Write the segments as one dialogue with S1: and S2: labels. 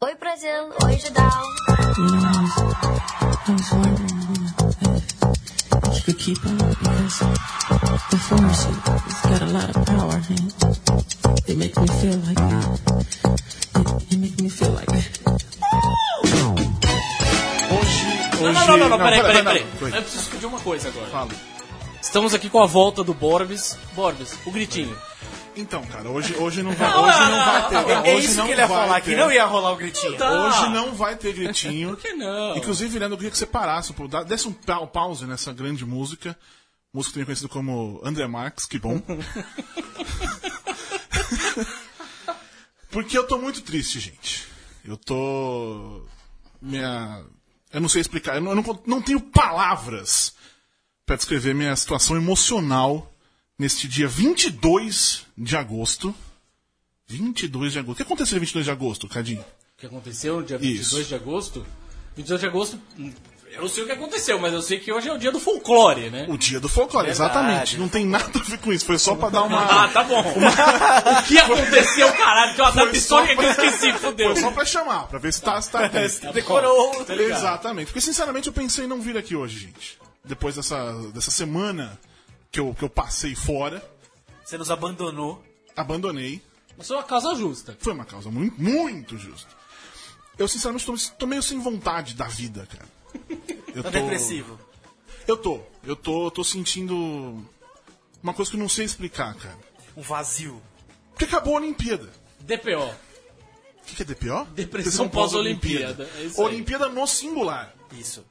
S1: Oi, Brasil. Oi, Judal.
S2: You know, I was, I was wondering um, if, if you could keep on because the force has got a lot of power and it makes me feel like it, it makes me feel like
S3: Hoje.
S4: Não,
S3: hoje...
S4: não, não, não, não, peraí, peraí,
S3: não,
S4: peraí.
S3: coisa.
S4: Eu preciso discutir uma coisa agora.
S3: Fala.
S4: Estamos aqui com a volta do Borbes. Borbes, o gritinho.
S3: Então, cara, hoje, hoje não vai, hoje não vai ter.
S5: É,
S3: hoje
S5: isso
S3: não
S5: que ele ia
S3: vai
S5: falar,
S3: ter.
S5: que não ia rolar o gritinho.
S4: Tá.
S3: Hoje não vai ter gritinho.
S4: Por que não?
S3: Inclusive, Leandro, eu queria que você parasse, pô, dá- desse um pa- pause nessa grande música. Música também conhecida como André Marx, que bom. Porque eu tô muito triste, gente. Eu tô. Minha. Eu não sei explicar. Eu não, eu não- não tenho palavras pra descrever minha situação emocional neste dia 22 de agosto. 22 de agosto. O que aconteceu dia 22 de agosto, Cadinho?
S4: O que aconteceu no dia
S3: Isso.
S4: 22 de agosto? 22 de agosto, hum, eu não sei o que aconteceu, mas eu sei que hoje é o dia do folclore, né?
S3: O dia do folclore, exatamente. Não tem nada a ver com isso, foi só pra dar
S4: Ah,
S3: uma.
S4: tá bom. o que aconteceu, caralho? Que é uma data histórica que eu esqueci, fudeu.
S3: Foi só pra chamar, pra ver se tá, se tá aqui.
S5: Decorou.
S4: Tá ligado?
S3: Exatamente. Porque, sinceramente, eu pensei em não vir aqui hoje, gente. Depois dessa, dessa semana que eu, que eu passei fora,
S5: Você nos abandonou.
S3: abandonei.
S4: Mas foi uma causa justa.
S3: Foi uma causa muito, muito justa. Eu, sinceramente, tô, tô meio sem vontade da vida, cara. Eu
S5: Tá depressivo.
S3: Eu tô. Eu tô, tô sentindo uma coisa que eu não sei explicar, cara.
S5: Um vazio.
S3: Porque acabou a Olimpíada.
S4: DPO.
S3: O que, que é DPO?
S4: Depressão pós-Olimpíada. É isso aí.
S3: Olimpíada no singular.
S5: Isso.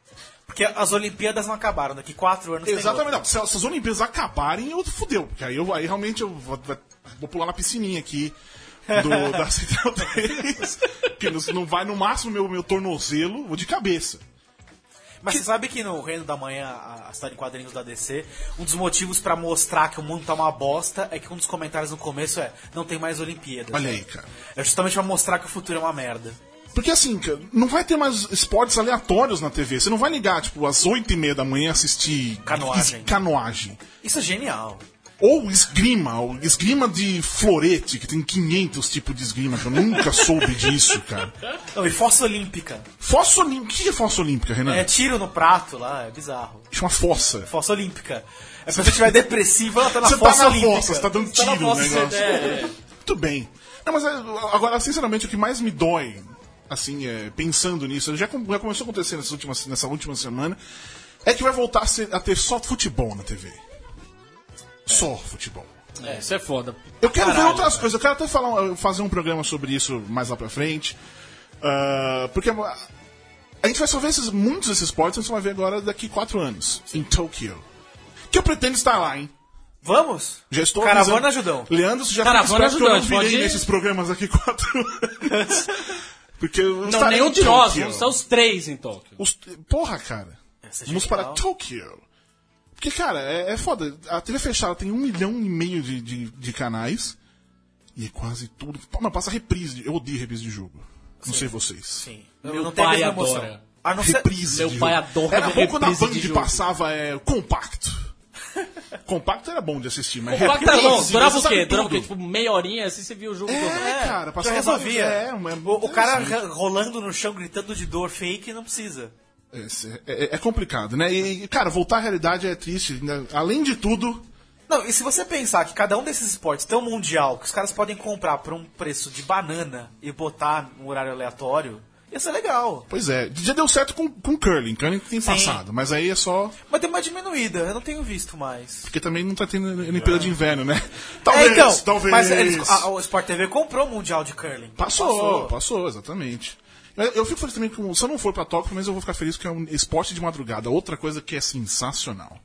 S5: Porque as Olimpíadas não acabaram, daqui quatro anos tem
S3: Exatamente.
S5: outra.
S3: Não, se essas Olimpíadas acabarem, eu fudeu. Porque aí, eu, aí realmente eu vou, vou pular na piscininha aqui do, da Central 3. que não, não vai no máximo meu, meu tornozelo, vou de cabeça.
S5: Mas você sabe que no Reino da Manhã, a a história em quadrinhos da DC, um dos motivos pra mostrar que o mundo tá uma bosta é que um dos comentários no começo é não tem mais Olimpíadas.
S3: Olha aí, cara.
S5: É justamente pra mostrar que o futuro é uma merda.
S3: Porque assim, cara, não vai ter mais esportes aleatórios na TV. Você não vai ligar, tipo, às 8 e meia da manhã assistir
S5: Canoagem.
S3: es- canoagem.
S5: Isso é genial.
S3: Ou esgrima, ou esgrima de florete, que tem 500 tipos de esgrima, que eu nunca soube disso, cara.
S5: Não, e Fossa Olímpica.
S3: Fossa olímpica. O que é fossa olímpica, Renan?
S5: É tiro no prato lá, é bizarro.
S3: Chama fossa.
S5: Fossa Olímpica. É, A pessoa que estiver depressiva, ela tá na
S3: Você tá
S5: Fossa
S3: na
S5: Olímpica.
S3: fossa, você tá dando
S5: Você na
S3: tiro no
S5: fossa,
S3: negócio.
S5: é, é.
S3: Muito bem. Não, mas é, agora, sinceramente, o que mais me dói, assim, é, pensando nisso, já, com- já começou a acontecer nessas últimas, nessa última semana, é que vai voltar a, ser- a ter só futebol na TV. Só futebol.
S4: É, isso é foda.
S3: Eu quero ver
S5: Caralho,
S3: outras coisas, eu quero até falar, fazer um programa sobre isso mais lá pra frente. Ah, porque a a gente vai só ver esses, muitos desses esportes, a gente vai ver agora daqui quatro anos, em Tóquio. Que eu pretendo estar lá, hein?
S5: Vamos?
S3: Já estou avisando.
S5: Caravana ajudão.
S3: Leandro, você já
S4: Caravana
S3: fica esperto que eu não
S4: ajudante,
S3: virei
S4: pode ir.
S3: nesses programas aqui quatro anos. Porque eu
S4: Não,
S3: estarei
S4: nenhum
S3: em
S4: de nós,
S3: Tóquio.
S4: vamos estar os três em Tóquio.
S3: Os- Porra, cara.
S5: Essa é
S3: Vamos para
S5: genial.
S3: Tóquio. Porque, cara, é, é foda. A TV fechada tem um milhão e meio de, de, de canais. E é quase tudo. Pô, Mas passa reprise. de- Eu odeio reprise de jogo. Não sei vocês.
S5: Sim.
S4: Meu
S5: tem a
S4: pai
S5: mesma emoção.
S4: adora.
S5: A não ser...
S3: Reprise.
S4: Meu
S3: de
S4: pai
S3: jogo.
S4: adora
S3: Era bom quando a
S4: reprise
S3: Band
S4: de jogo.
S3: passava é, compacto. compacto era bom de assistir, mas
S4: O pacto tá
S3: reprise,
S4: bom,
S3: você
S4: durava o
S3: sabe
S4: quê? Durava o
S3: tudo.
S4: quê? Tipo, meia horinha, assim você via o jogo todo.
S3: É, cara,
S5: Já
S3: passava
S5: resolvia.
S3: É, uma- é
S5: o, o cara
S3: interessante.
S5: ra- rolando no chão, gritando de dor fake, não precisa.
S3: Esse- É, é complicado, né? E, e, cara, voltar à realidade é triste. né? Além de tudo,
S5: Não, e se você pensar que cada um desses esportes tem um mundial que os caras podem comprar por um preço de banana e botar um horário aleatório, ia ser legal.
S3: pois é. Já deu certo com, com curling. Curling tem passado, mas aí é só.
S5: Mas deu uma diminuída, eu não tenho visto mais.
S3: Porque também não tá tendo Olimpíada de Inverno, né? Talvez,
S5: é, então,
S3: talvez.
S5: mas eles, a, a Sport TV comprou o mundial de curling.
S3: Passou, passou, exatamente. Eu, eu fico feliz também com. Se eu não for pra Tóquio, mas eu vou ficar feliz que é um esporte de madrugada. Outra coisa que é sensacional.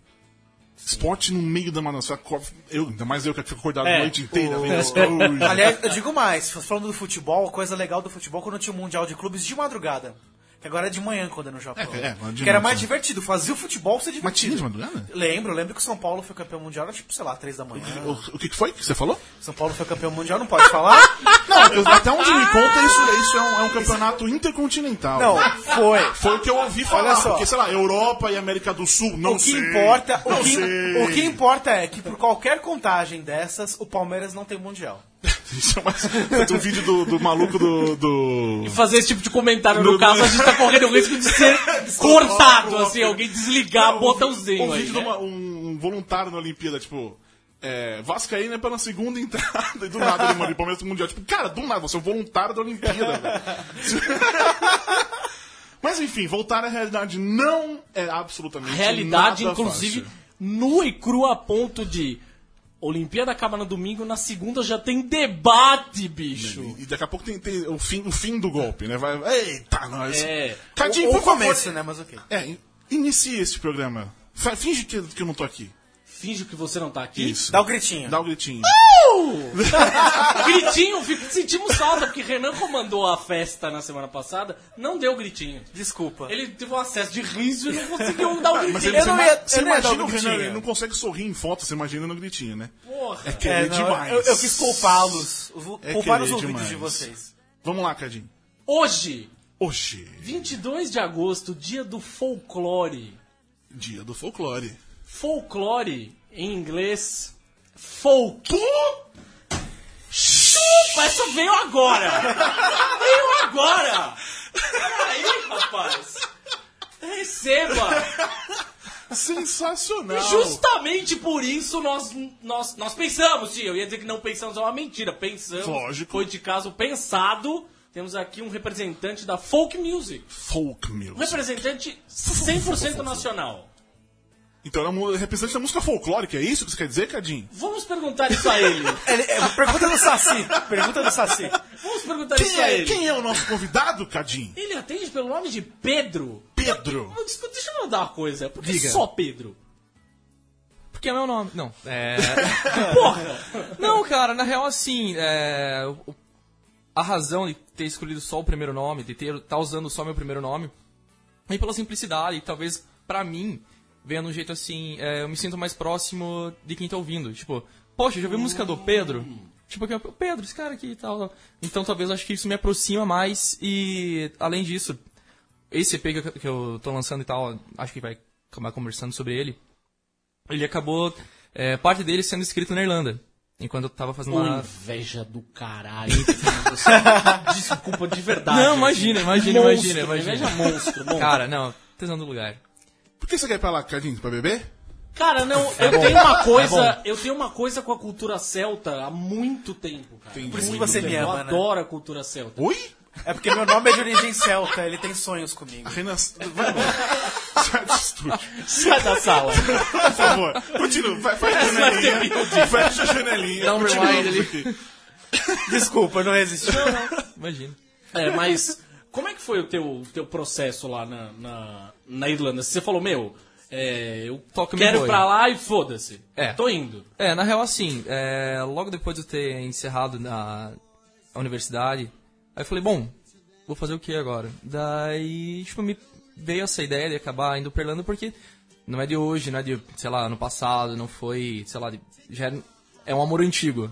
S3: Esporte no meio da madrugada. Você acorda- Eu, ainda mais eu que fico acordado a
S4: É,
S3: noite inteira
S5: o-
S3: vendo as coisas.
S5: Aliás, eu digo mais, falando do futebol, a coisa legal do futebol é quando tinha o Mundial de Clubes de madrugada. Que agora é de manhã quando é no Japão.
S3: É, é, mas de
S5: que era
S3: noite,
S5: mais
S3: né?
S5: divertido, fazia o futebol ser divertido.
S3: Mas tinha de madrugada?
S5: Lembro, lembro que o São Paulo foi campeão mundial, era tipo, sei lá, três da manhã.
S3: O, o que que foi que você falou?
S5: São Paulo foi campeão mundial, não pode falar?
S3: Não, eu- até onde me conta, isso, isso é, um, é um campeonato intercontinental.
S5: Não, foi.
S3: Foi o que eu ouvi falar,
S5: Olha só.
S3: porque, sei lá, Europa e América do Sul, não
S5: o que
S3: sei.
S5: importa, o
S3: não
S5: que,
S3: sei.
S5: o que importa é que por qualquer contagem dessas, o Palmeiras não tem mundial.
S3: Isso é mais. Tem um vídeo do, do maluco do. do-
S4: Fazer esse tipo de comentário no,
S3: No-
S4: caso, a gente tá correndo o risco de ser cortado, assim, alguém desligar
S3: Não,
S4: botãozinho
S3: Um
S4: aí,
S3: vídeo
S4: né?
S3: de uma- um, um voluntário na Olimpíada, tipo. É, Vascaína é pela segunda entrada e do nada ele manda ir pro Palmeiras pro Mundial. Tipo, cara, do nada, você é um voluntário da Olimpíada, velho. Mas enfim, voltar à realidade não é absolutamente
S4: Realidade,
S3: nada
S4: inclusive,
S3: fácil.
S4: nua e crua a ponto de. Olimpíada acaba no domingo, na segunda já tem debate, bicho.
S3: E daqui a pouco tem, tem o, fim, o fim do golpe, né? Vai. Eita, nós.
S4: É.
S3: Cadinho,
S5: Ou
S3: por
S5: o
S3: favor.
S5: começo, né? Mas ok.
S3: É, in- inicie este programa. Fa- Finge que, que eu não tô aqui.
S4: Finge que você não tá aqui.
S3: Isso.
S5: Dá o Ah, gritinho.
S3: Dá o gritinho.
S4: Gritinho, fico, sentimos falta, porque Renan comandou a festa na semana passada, não deu gritinho.
S5: Desculpa.
S4: Ele teve um acesso de riso e não conseguiu dar o
S3: Mas
S4: gritinho.
S3: ele,
S5: Eu
S3: você,
S5: não
S3: ima-
S5: ia-
S3: você
S5: eu não ia dar
S3: imagina
S5: o
S3: o Renan,
S5: gritinho.
S3: ele não consegue sorrir em foto, você imagina no gritinho, né?
S4: Porra.
S3: É
S5: É,
S3: querer
S5: não,
S3: demais.
S5: Eu, eu quis poupá-los. Vou-
S3: É
S5: poupar os
S3: querer
S5: ouvidos de
S3: demais.
S5: vocês.
S3: Vamos lá, Cadinho.
S4: Hoje,
S3: Hoje,
S4: 22 de agosto, dia do folclore.
S3: dia do folclore.
S4: Folclore, em inglês, folk. Chupa, essa veio agora! veio agora! Peraí, rapaz! Receba!
S3: Sensacional.
S4: E justamente por isso nós, nós, nós pensamos, sim. Eu ia dizer que não pensamos, é uma mentira. Pensamos.
S3: Lógico.
S4: Foi de caso pensado. Temos aqui um representante da folk music.
S3: Folk
S4: Um
S3: music.
S4: representante 100% nacional.
S3: Então, é um representante da música folclórica, é isso que você quer dizer, Cadinho?
S4: Vamos perguntar isso a ele.
S5: Ele- é, pergunta do Saci. Pergunta do Saci.
S4: Vamos perguntar
S3: Quem
S4: isso a
S3: é,
S4: ele.
S3: quem é o nosso convidado, Cadinho?
S4: Ele atende pelo nome de Pedro.
S3: Pedro.
S4: Mas, desculpa, Deixa eu mandar uma coisa. Por que
S6: Diga.
S4: só Pedro?
S6: Porque é meu nome. Não, é.
S4: Porra!
S6: Não, cara, na real, assim, é, o- a razão de ter escolhido só o primeiro nome, de ter tá usando só meu primeiro nome, é pela simplicidade, e talvez pra mim, venha num jeito assim, é, eu me sinto mais próximo de quem tá ouvindo. Tipo, poxa, eu já ouvi música do Pedro? Tipo, que é o Pedro, esse cara aqui e tal. tal. Então talvez eu acho que isso me aproxima mais e, além disso, esse EP que eu, que eu tô lançando e tal, acho que vai acabar conversando sobre ele. Ele acabou, é, parte dele sendo escrito na Irlanda. Enquanto eu tava fazendo
S4: Ô,
S6: uma...
S4: inveja do caralho. Desculpa de verdade.
S6: Não, imagina, imagina,
S4: Monstro,
S6: imagina, imagina.
S4: Inveja monstro, monstro.
S6: Cara, não, tesão do lugar.
S3: Por que você quer ir pra lá, Cadinho? Pra beber?
S4: Cara, não, eu tenho uma coisa, eu tenho uma coisa com a cultura celta há muito tempo, cara.
S3: Entendi.
S4: Muito
S3: Por isso que
S5: você
S4: tempo.
S5: me ama,
S4: Eu
S5: né?
S4: adoro a cultura celta.
S3: Oi?
S5: É porque meu nome é de origem celta. Ele tem sonhos comigo.
S3: Renan... Vai embora. Sai do estúdio.
S4: Sai da sala.
S3: Por favor, continua. Vai, fecha a janelinha. Fecha a janelinha.
S6: Dá um rewind
S3: continuamos
S6: ali.
S3: aqui.
S5: Desculpa, eu não resisti.
S6: Imagina.
S4: É, mas como é que foi o teu, teu processo lá na, na, na Irlanda? Você falou, meu, é, eu
S6: Toca me
S4: quero
S6: boi.
S4: pra lá e foda-se.
S6: É.
S4: Tô indo.
S6: É, na real, assim, é, logo depois de eu ter encerrado na a universidade, aí eu falei, bom, vou fazer o que agora? Daí, tipo, me veio essa ideia de acabar indo pra Irlanda, porque não é de hoje, não é de, sei lá, ano passado, não foi, sei lá, de, já era- é um amor antigo.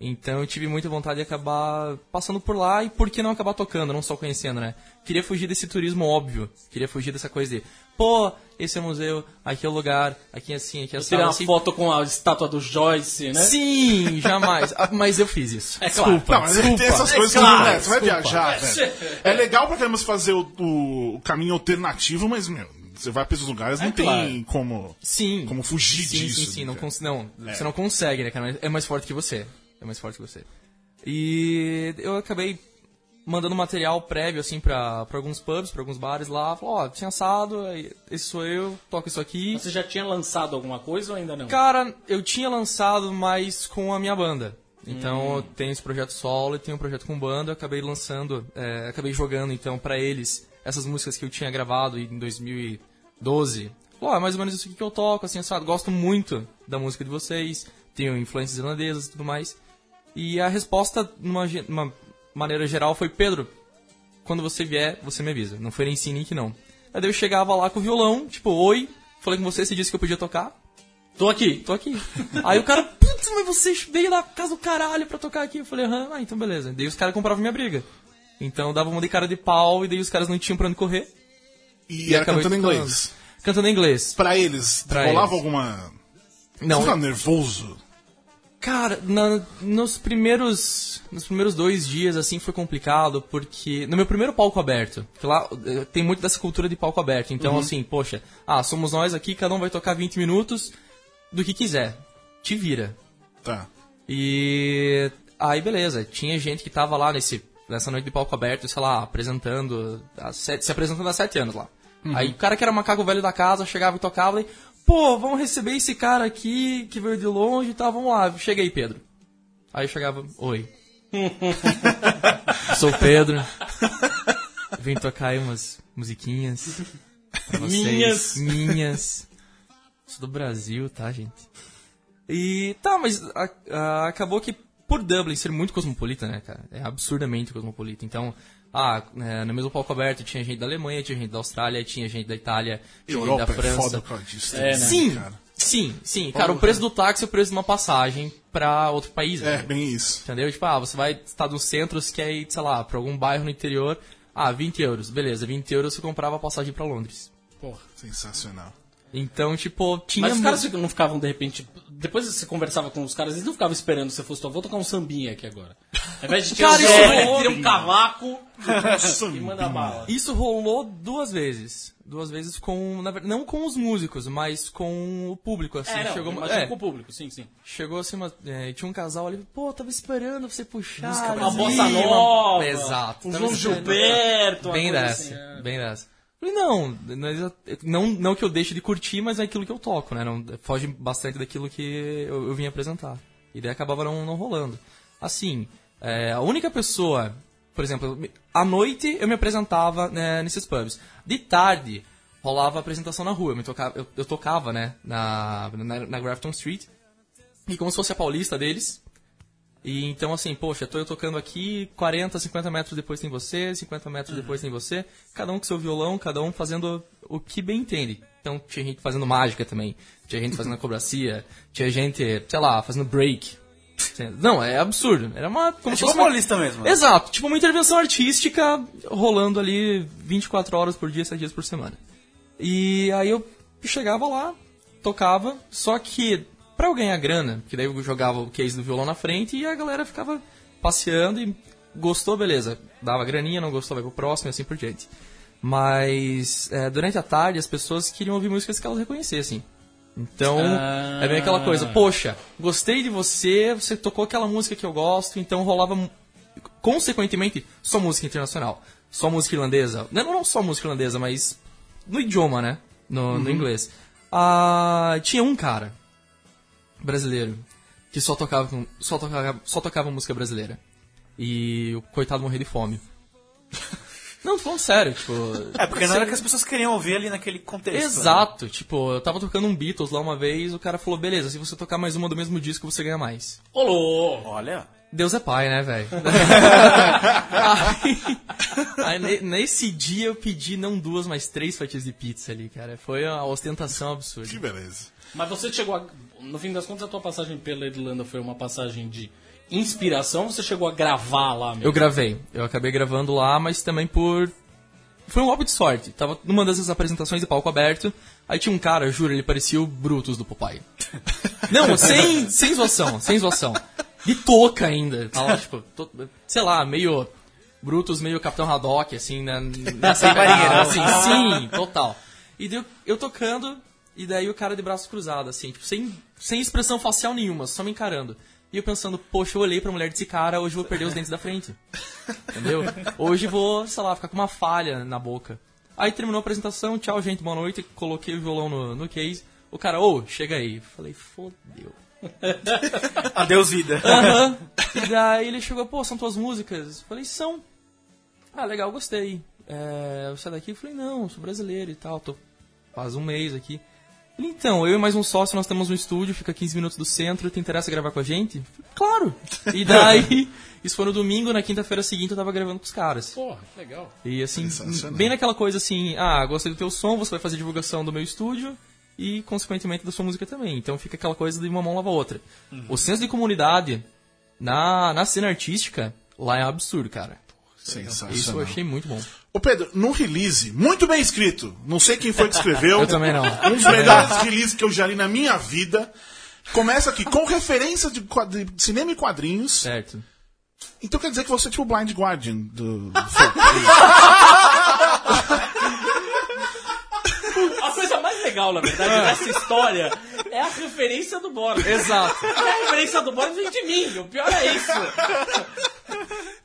S6: Então eu tive muita vontade de acabar passando por lá e por que não acabar tocando, não só conhecendo, né? Queria fugir desse turismo óbvio, queria fugir dessa coisa de, pô, esse é o museu, aqui é o lugar, aqui é assim, aqui é assim.
S4: Tirar uma foto com a estátua do Joyce, né?
S6: Sim, jamais. Ah, Mas eu fiz isso.
S4: É claro.
S6: Desculpa.
S3: Não, mas tem essas coisas
S4: claro,
S3: que não é. Você vai
S6: desculpa.
S3: viajar,
S4: É,
S3: velho.
S4: sim.
S3: É legal pra queremos fazer o, o caminho alternativo, mas, meu, você vai pra esses lugares, não tem
S4: claro.
S3: como,
S6: Sim.
S3: como fugir
S6: sim,
S3: disso.
S6: Sim, sim, não,
S3: cara.
S6: cons- não
S3: É.
S6: você não consegue, né, cara? Mas É mais forte que você. É mais forte que você. E eu acabei mandando material prévio, assim, pra, pra alguns pubs, pra alguns bares lá. Falou, ó, tinha assado, aí, esse sou eu, toco isso aqui.
S4: é- Você já tinha lançado alguma coisa ou ainda não?
S6: Cara, eu tinha lançado mais com a minha banda. Então eu tenho esse projeto solo e tenho um projeto com banda. Eu acabei lançando, é, acabei jogando então pra eles essas músicas que eu tinha gravado em 2012. Ó, é mais ou menos isso aqui que eu toco, assim, sabe? Gosto muito da música de vocês, tenho influências irlandesas e tudo mais. E a resposta, numa, ge- numa maneira geral, foi: Pedro, quando você vier, você me avisa. Não foi nem sim nem que não. Aí eu chegava lá com o violão, tipo, oi, falei com você, você disse que eu podia tocar.
S4: Tô aqui.
S6: Tô aqui. Aí o cara, putz, mas você veio da casa do caralho pra tocar aqui. Eu falei, aham, ah, então beleza. Daí os caras compravam minha briga. Então eu dava uma de cara de pau e daí os caras não tinham pra onde correr.
S3: E, era
S6: acabei
S3: cantando em
S6: tocando.
S3: inglês.
S6: Cantando em inglês.
S3: Pra eles,
S6: Pra
S3: rolava
S6: eles.
S3: alguma. Você
S6: Não,
S3: ficava nervoso?
S6: Cara, na- nos primeiros nos primeiros dois dias assim foi complicado porque no meu primeiro palco aberto, que lá eh, tem muito dessa cultura de palco aberto. Então
S3: Uhum.
S6: assim, poxa, ah, somos nós aqui, cada um vai tocar 20 minutos do que quiser. Te vira.
S3: Tá.
S6: E aí beleza, tinha gente que tava lá nesse nessa noite de palco aberto, sei lá, apresentando, há sete- se apresentando há sete anos lá. Aí o cara que era macaco velho da casa chegava e tocava e, pô, vamos receber esse cara aqui que veio de longe e tal, vamos lá, chega aí, Pedro. Aí eu chegava, oi. Sou o Pedro. Vim tocar aí umas musiquinhas. pra
S4: Minhas.
S6: vocês. Minhas. Sou do Brasil, tá, gente? E tá, mas a- a- acabou que por Dublin ser muito cosmopolita, né, cara? É absurdamente cosmopolita. Então, ah, é, no mesmo palco aberto tinha gente da Alemanha, tinha gente da Austrália, tinha gente da Itália, tinha gente da
S3: Europa é
S6: França.
S3: foda por causa disso.
S4: É, né?
S3: também,
S6: Sim,
S3: cara.
S6: sim, sim. Cara, o preço do táxi é o preço de uma passagem pra outro país.
S3: É,
S6: né?
S3: bem isso.
S6: Entendeu? Tipo, ah, você vai estar nos centros que é aí, sei lá, pra algum bairro no interior. Ah, 20 euros. Beleza, 20 euros você comprava a passagem pra Londres.
S3: Sensacional.
S6: Então, tipo, tinha...
S4: Mas os
S6: mu-
S4: caras ficam- não ficavam, de repente. Depois que você conversava com os caras, eles não ficavam esperando você fosse. "Tô, Vou tocar um sambinha aqui agora. Ao invés de tirar
S6: Cara,
S4: um
S6: isso é
S4: sambinha,
S6: rolou.
S4: tira um cavaco e
S3: Sambinha.
S4: manda bala.
S6: Isso rolou duas vezes. Duas vezes com... na verdade, não com os músicos, mas com o público, assim.
S4: É, não,
S6: chegou,
S4: mas
S6: é,
S4: com o público, sim, sim.
S6: chegou assim, uma, é, tinha um casal ali, pô, tava esperando você puxar.
S4: Uma
S6: assim,
S4: bossa
S6: uma-
S4: nova.
S6: Exato.
S4: Um
S6: Tava
S4: João
S6: esperando.
S4: Gilberto. uma
S6: Bem
S4: coisa
S6: dessa,
S4: assim, é.
S6: bem dessa. Falei, não, nós- não, não que eu deixe de curtir, mas é aquilo que eu toco, né? Não, foge bastante daquilo que eu, eu vim apresentar. E daí acabava não, não rolando. Assim, é, a única pessoa, por exemplo, me- à noite eu me apresentava né, nesses pubs. De tarde rolava apresentação na rua, eu, me tocava, eu, eu tocava, né? Na, na, na Grafton Street. E como se fosse a paulista deles, e então, assim, poxa, tô eu tocando aqui, 40, 50 metros depois tem você, 50 metros
S5: Uhum.
S6: depois tem você, cada um com seu violão, cada um fazendo o que bem entende. Então, tinha gente fazendo mágica também, tinha gente fazendo acrobacia, tinha gente, sei lá, fazendo break. Não, é absurdo. Era uma. Como
S5: É
S6: se
S5: tipo
S6: fosse
S5: uma lista mesmo. né?
S6: Exato, tipo uma intervenção artística rolando ali 24 horas por dia, 7 dias por semana. E aí eu chegava lá, tocava, só que pra eu ganhar grana, que daí eu jogava o case do violão na frente e a galera ficava passeando e gostou, beleza, dava graninha, não gostou, vai pro próximo e assim por diante. Mas é, durante a tarde as pessoas queriam ouvir músicas que elas reconhecessem. Então,
S4: Ah.
S6: é bem aquela coisa, poxa, gostei de você, você tocou aquela música que eu gosto, então rolava, mu- consequentemente, só música internacional, só música irlandesa. Não, não só música irlandesa, mas no idioma, né? No,
S5: Uhum.
S6: no inglês. Ah, tinha um cara, brasileiro, que só tocava, com- só tocava, só tocava música brasileira. E o coitado morreu de fome. Não, tô falando sério, tipo...
S5: É, porque não
S6: você-
S5: era o que as pessoas queriam ouvir ali naquele contexto. né?
S6: Exato, tipo, eu tava tocando um Beatles lá uma vez, o cara falou, beleza, se você tocar mais uma do mesmo disco, você ganha mais.
S4: Ô, louco!
S5: Olha.
S6: Deus é pai, né, velho? aí, aí ne- nesse dia eu pedi não duas, mas três fatias de pizza ali, cara. Foi uma ostentação absurda.
S3: Que beleza.
S4: Mas você chegou a. No fim das contas, a tua passagem pela Irlanda foi uma passagem de inspiração ou você chegou a gravar lá mesmo?
S6: Eu gravei. Eu acabei gravando lá, mas também por. Foi um golpe de sorte. Tava numa dessas apresentações de palco aberto. Aí tinha um cara, eu juro, ele parecia o Brutus do Popeye. Não, sem, sem zoação, sem zoação. De touca ainda. Tava, tipo, to- sei lá, meio. Brutus, meio Capitão Haddock, assim, né? Nessa pegada, assim, sim, total. E daí eu, eu tocando, e daí o cara de braço cruzado, assim, tipo, sem, sem expressão facial nenhuma, só me encarando. E eu pensando, poxa, eu olhei pra mulher desse cara, hoje eu vou perder os dentes da frente. Entendeu? Hoje eu vou, sei lá, ficar com uma falha na boca. Aí terminou a apresentação, tchau, gente, boa noite. Coloquei o violão no, no case. O cara, ô, chega aí. Eu Falei, fodeu.
S5: Adeus, vida.
S6: Aham. E daí ele chegou, pô, são tuas músicas? Eu Falei, são. Ah, legal, gostei. É, você é daqui? Eu Falei, não, sou brasileiro e tal, tô faz um mês aqui. Ele, então, eu e mais um sócio, nós temos um estúdio, fica 15 minutos do centro, te interessa gravar com a gente? Eu Falei, claro! E daí, isso foi no domingo, na quinta-feira seguinte eu tava gravando com os caras.
S4: Porra, que legal.
S6: E assim,
S3: Sensacional.
S6: bem naquela coisa assim, ah, gostei do teu som, você vai fazer divulgação do meu estúdio e, consequentemente, da sua música também. Então fica aquela coisa de uma mão lava a outra.
S4: Uhum.
S6: O senso de comunidade na, na cena artística lá é um absurdo, cara. Isso eu
S3: Sensacional.
S6: achei muito bom.
S3: Ô Pedro, num release muito bem escrito, não sei quem foi que escreveu.
S6: Eu também não.
S3: Um dos melhores releases que eu já li na minha vida. Começa aqui com referência de, quadri- de cinema e quadrinhos.
S6: Certo.
S3: Então quer dizer que você é tipo o Blind Guardian do.
S4: A coisa mais legal, na verdade, dessa história é a referência do Boris.
S6: Exato.
S4: A referência do Boris vem de mim. O pior é isso.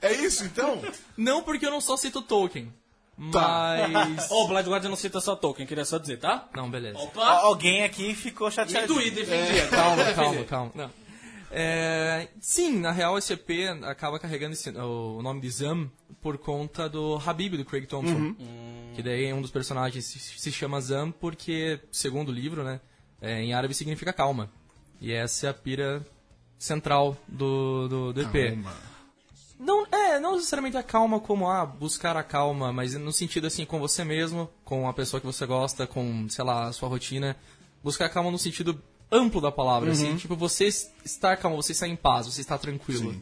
S3: é isso então?
S6: Não porque eu não só cito Tolkien. Mas.
S4: Tá. Ô, o Blind Guardian não cita só Tolkien, queria só dizer, tá? É.
S6: Não, beleza.
S5: Al-
S4: Opa!
S5: Alguém aqui ficou
S4: E
S5: chateado.
S4: do I defendia.
S6: Calma, calma, calma. Não. É, sim, na real, esse EP acaba carregando esse- o nome de Zam por conta do Habib, do Craig Thompson.
S4: Uhum.
S6: Que daí um dos personagens se, se chama Zam porque, segundo o livro, né, é, em árabe significa calma. E essa é a pira central do, do, do EP. Não, é, não necessariamente a calma como, ah, buscar a calma, mas no sentido assim, com você mesmo, com a pessoa que você gosta, com, sei lá, a sua rotina. Buscar a calma no sentido amplo da palavra, assim, tipo, você es- estar calmo, você estar em paz, você estar tranquilo.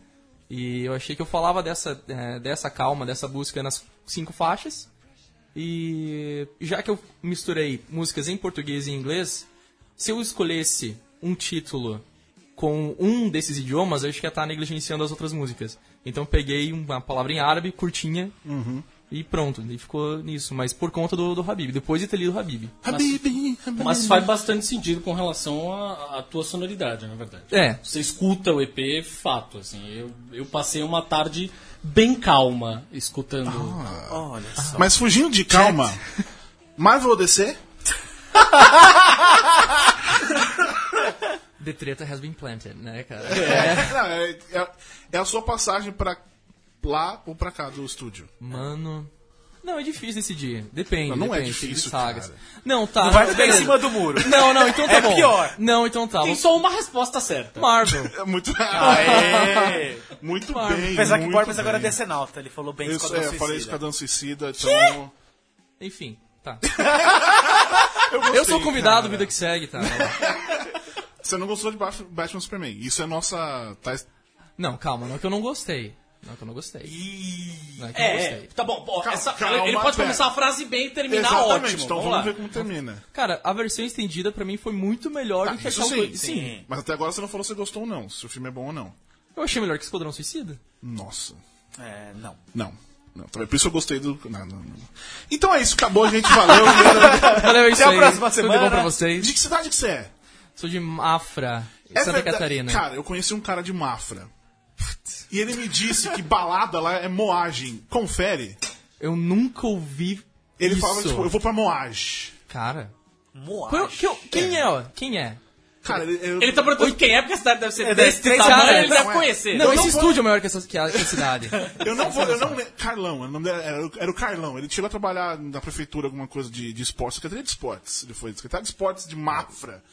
S6: E eu achei que eu falava dessa, eh, dessa calma, dessa busca nas cinco faixas. E já que eu misturei músicas em português e em inglês, se eu escolhesse um título com um desses idiomas, eu acho que ia estar negligenciando as outras músicas. Então eu peguei uma palavra em árabe, curtinha,
S3: Uhum.
S6: e pronto, e ficou nisso. Mas por conta do, do Habib, depois de ter lido o Habib.
S3: Habibi, Habibi.
S4: Mas faz bastante sentido com relação à, à tua sonoridade, na verdade.
S6: É.
S4: Você escuta o EP, fato, assim. Eu, eu passei uma tarde bem calma escutando.
S3: Ah.
S5: Olha só.
S3: Mas fugindo de calma, Marvel ou DC?
S6: The treta has been planted, né, cara?
S3: Não, é, é- é a sua passagem pra lá ou pra cá do estúdio.
S6: Mano. Não, é difícil decidir. Depende.
S3: Não, não é
S6: depende,
S3: difícil,
S6: de sagas.
S3: cara.
S6: Não, tá.
S5: Vai ficar em
S6: beleza.
S5: cima do muro.
S6: Não, não, então tá
S5: É
S6: bom.
S5: pior.
S6: Não, então tá.
S4: Tem
S6: Vamos-
S4: só uma resposta certa.
S6: Marvel.
S3: É muito.
S5: Aê!
S3: muito
S6: Marvel.
S3: bem.
S5: Apesar que o
S3: muito
S5: Borbas agora é
S3: bem.
S5: decenalta, ele falou bem
S3: Isso, é, eu falei
S5: Suicida.
S3: Esquadrão Suicida, então.
S6: Enfim, tá. eu, sou convidado, vida que segue, tá?
S3: Você não gostou de Bat- Batman Superman. Isso é nossa. tá-
S6: Não, calma, não é que eu não gostei. Não é que eu não gostei.
S5: Ih,
S6: Não é que eu não
S4: É, é,
S6: gostei.
S4: tá bom. ó,
S3: Calma,
S4: essa-
S3: calma,
S4: ele pode
S3: pera.
S4: começar a frase bem e terminar
S3: Exatamente,
S4: ótimo.
S3: então
S4: vamos
S3: vamos,
S4: lá.
S3: ver como termina.
S6: Cara, a versão estendida pra mim foi muito melhor do que
S3: isso
S6: aquela
S3: sim,
S6: coisa-
S3: sim. Mas até agora você não falou se gostou ou não, se o filme é bom ou não.
S6: Eu achei melhor que Esquadrão Suicida.
S3: Nossa.
S5: é, não.
S3: Não. Não, também por isso eu gostei do. Não, não, não. Então é isso, acabou, gente. Valeu. galera.
S6: Valeu, é isso
S5: Até a
S6: aí.
S5: próxima
S6: Tudo
S5: semana.
S6: bom pra
S3: de
S6: vocês?
S3: que cidade que você é?
S6: Sou de Mafra,
S3: É
S6: Santa
S3: verdade-
S6: Catarina.
S3: Cara, eu conheci um cara de Mafra. E ele me disse que balada lá é moagem. Confere.
S6: Eu nunca ouvi
S3: Ele
S6: isso.
S3: falava, tipo, eu vou pra moagem.
S6: Cara...
S5: Moagem.
S6: Qual- que- quem é, ó? Quem é?
S3: Cara, ele, eu-
S4: Ele tá perguntando quem é, porque a cidade deve ser
S5: É,
S4: desse
S5: deve-
S4: tamanho,
S6: cara,
S4: ele
S6: Tá, não,
S4: deve
S3: é.
S4: conhecer.
S6: Não,
S3: Eu
S6: esse
S3: não vou-
S6: estúdio é maior que, essa, que a, que a cidade.
S3: Eu não vou, eu não lembro. Carlão, o nome dele era, era o Carlão. Ele chegou a trabalhar na prefeitura alguma coisa de, de esportes, Secretaria de Esportes. Ele foi secretário de Esportes de Mafra.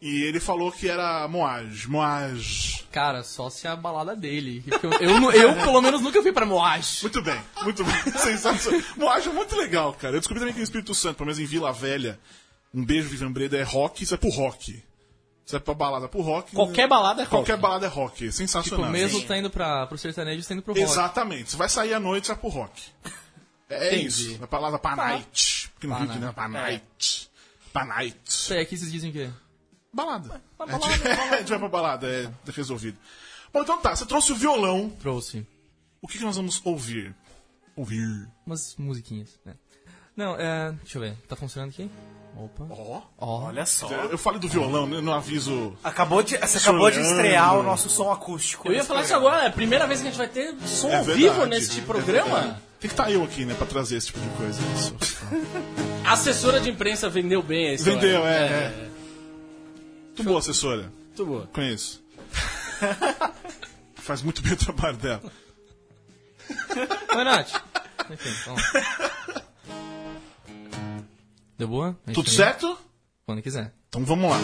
S3: E ele falou que era Moage. Moage.
S6: Cara, só se é a balada dele. Porque Eu, eu, nu- eu, pelo menos, nunca fui pra Moash.
S3: Muito bem, muito bem. Sensacional. Moage é muito legal, cara. Eu descobri também que no Espírito Santo, pelo menos em Vila Velha, um beijo Vivian Breda é rock, isso é pro rock. Isso é pra balada pro rock.
S4: Qualquer balada é rock.
S3: Qualquer balada é rock.
S6: Tipo,
S3: Sensacional.
S6: mesmo tá indo pra, pro sertanejo, tá indo pro rock.
S3: Exatamente. Você vai sair à noite, vai pro rock. É isso. A palavra pra night. Porque não
S6: Pra
S3: Rio que não é pra night. Pra night.
S6: Isso aí, aqui vocês dizem o quê?
S3: Balada.
S6: balada,
S3: a, gente, a gente vai pra balada, é resolvido. Bom, então tá. Você trouxe o violão.
S6: Trouxe
S3: O que, que nós vamos ouvir? Ouvir.
S6: umas musiquinhas, né? Não, é... Deixa eu ver. Tá funcionando aqui? Opa.
S3: Ó.
S6: Ó.
S5: Olha só.
S3: Eu falei do violão, né? Eu não aviso.
S5: Acabou de, você acabou de
S3: Sonhando.
S5: estrear o nosso som acústico.
S4: Eu ia falar isso agora, é a primeira vez que a gente vai ter som ao
S3: verdade,
S4: vivo neste
S3: é
S4: programa.
S3: verdade. Tem que estar eu aqui, né? Pra trazer esse tipo de coisa. Isso.
S4: a assessora de imprensa vendeu bem a história.
S3: Vendeu, é. é. Muito boa, assessora.
S4: Muito boa.
S3: Conheço. Faz muito bem o trabalho dela.
S6: Oi, Nath. Enfim, vamos lá. Deu boa? A gente
S3: Tudo
S6: tem-
S3: certo?
S6: Quando quiser.
S3: Então vamos lá.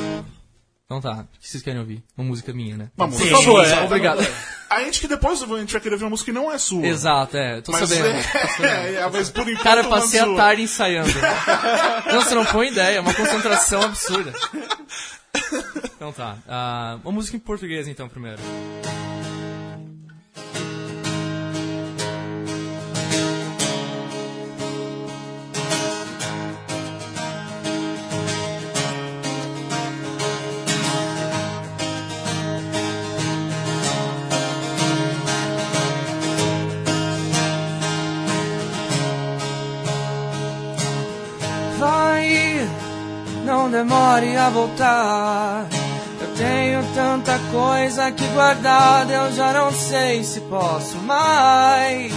S6: Então tá. O que vocês querem ouvir? Uma música minha, né?
S3: Vamos,
S5: Sim,
S3: por favor.
S5: é,
S6: obrigado.
S3: A gente que depois a gente vai querer ouvir uma música que não é sua.
S6: Exato, é. Tô
S3: Mas,
S6: sabendo.
S3: é, é, mas por enquanto
S6: Cara, eu
S3: uma
S6: passei a
S3: sua.
S6: tarde ensaiando. Não, você não põe ideia, é uma concentração absurda. Então tá. ah, uma música em português então primeiro.
S7: não demore a voltar. Eu tenho tanta coisa que guardada, eu já não sei se posso mais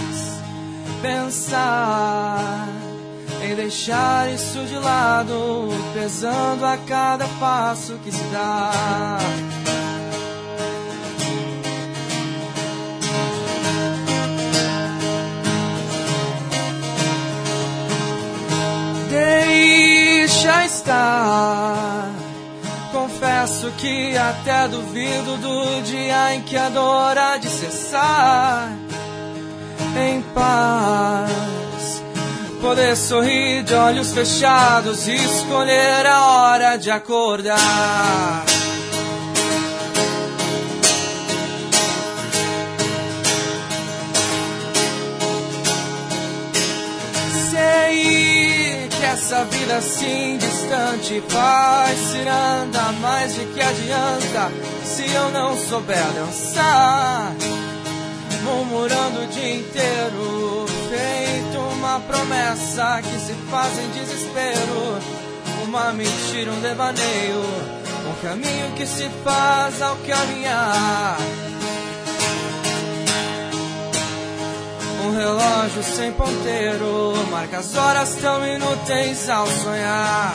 S7: pensar em deixar isso de lado, pesando a cada passo que se dá. Deixa estar. Confesso que até duvido do dia em que a dor há de cessar. Em paz, poder sorrir de olhos fechados e escolher a hora de acordar. Sei que essa vida assim distante faz ciranda, mas de que adianta se eu não souber dançar? Murmurando o dia inteiro, feito uma promessa que se faz em desespero, uma mentira, um devaneio, um caminho que se faz ao caminhar. Um relógio sem ponteiro marca as horas tão inúteis ao sonhar.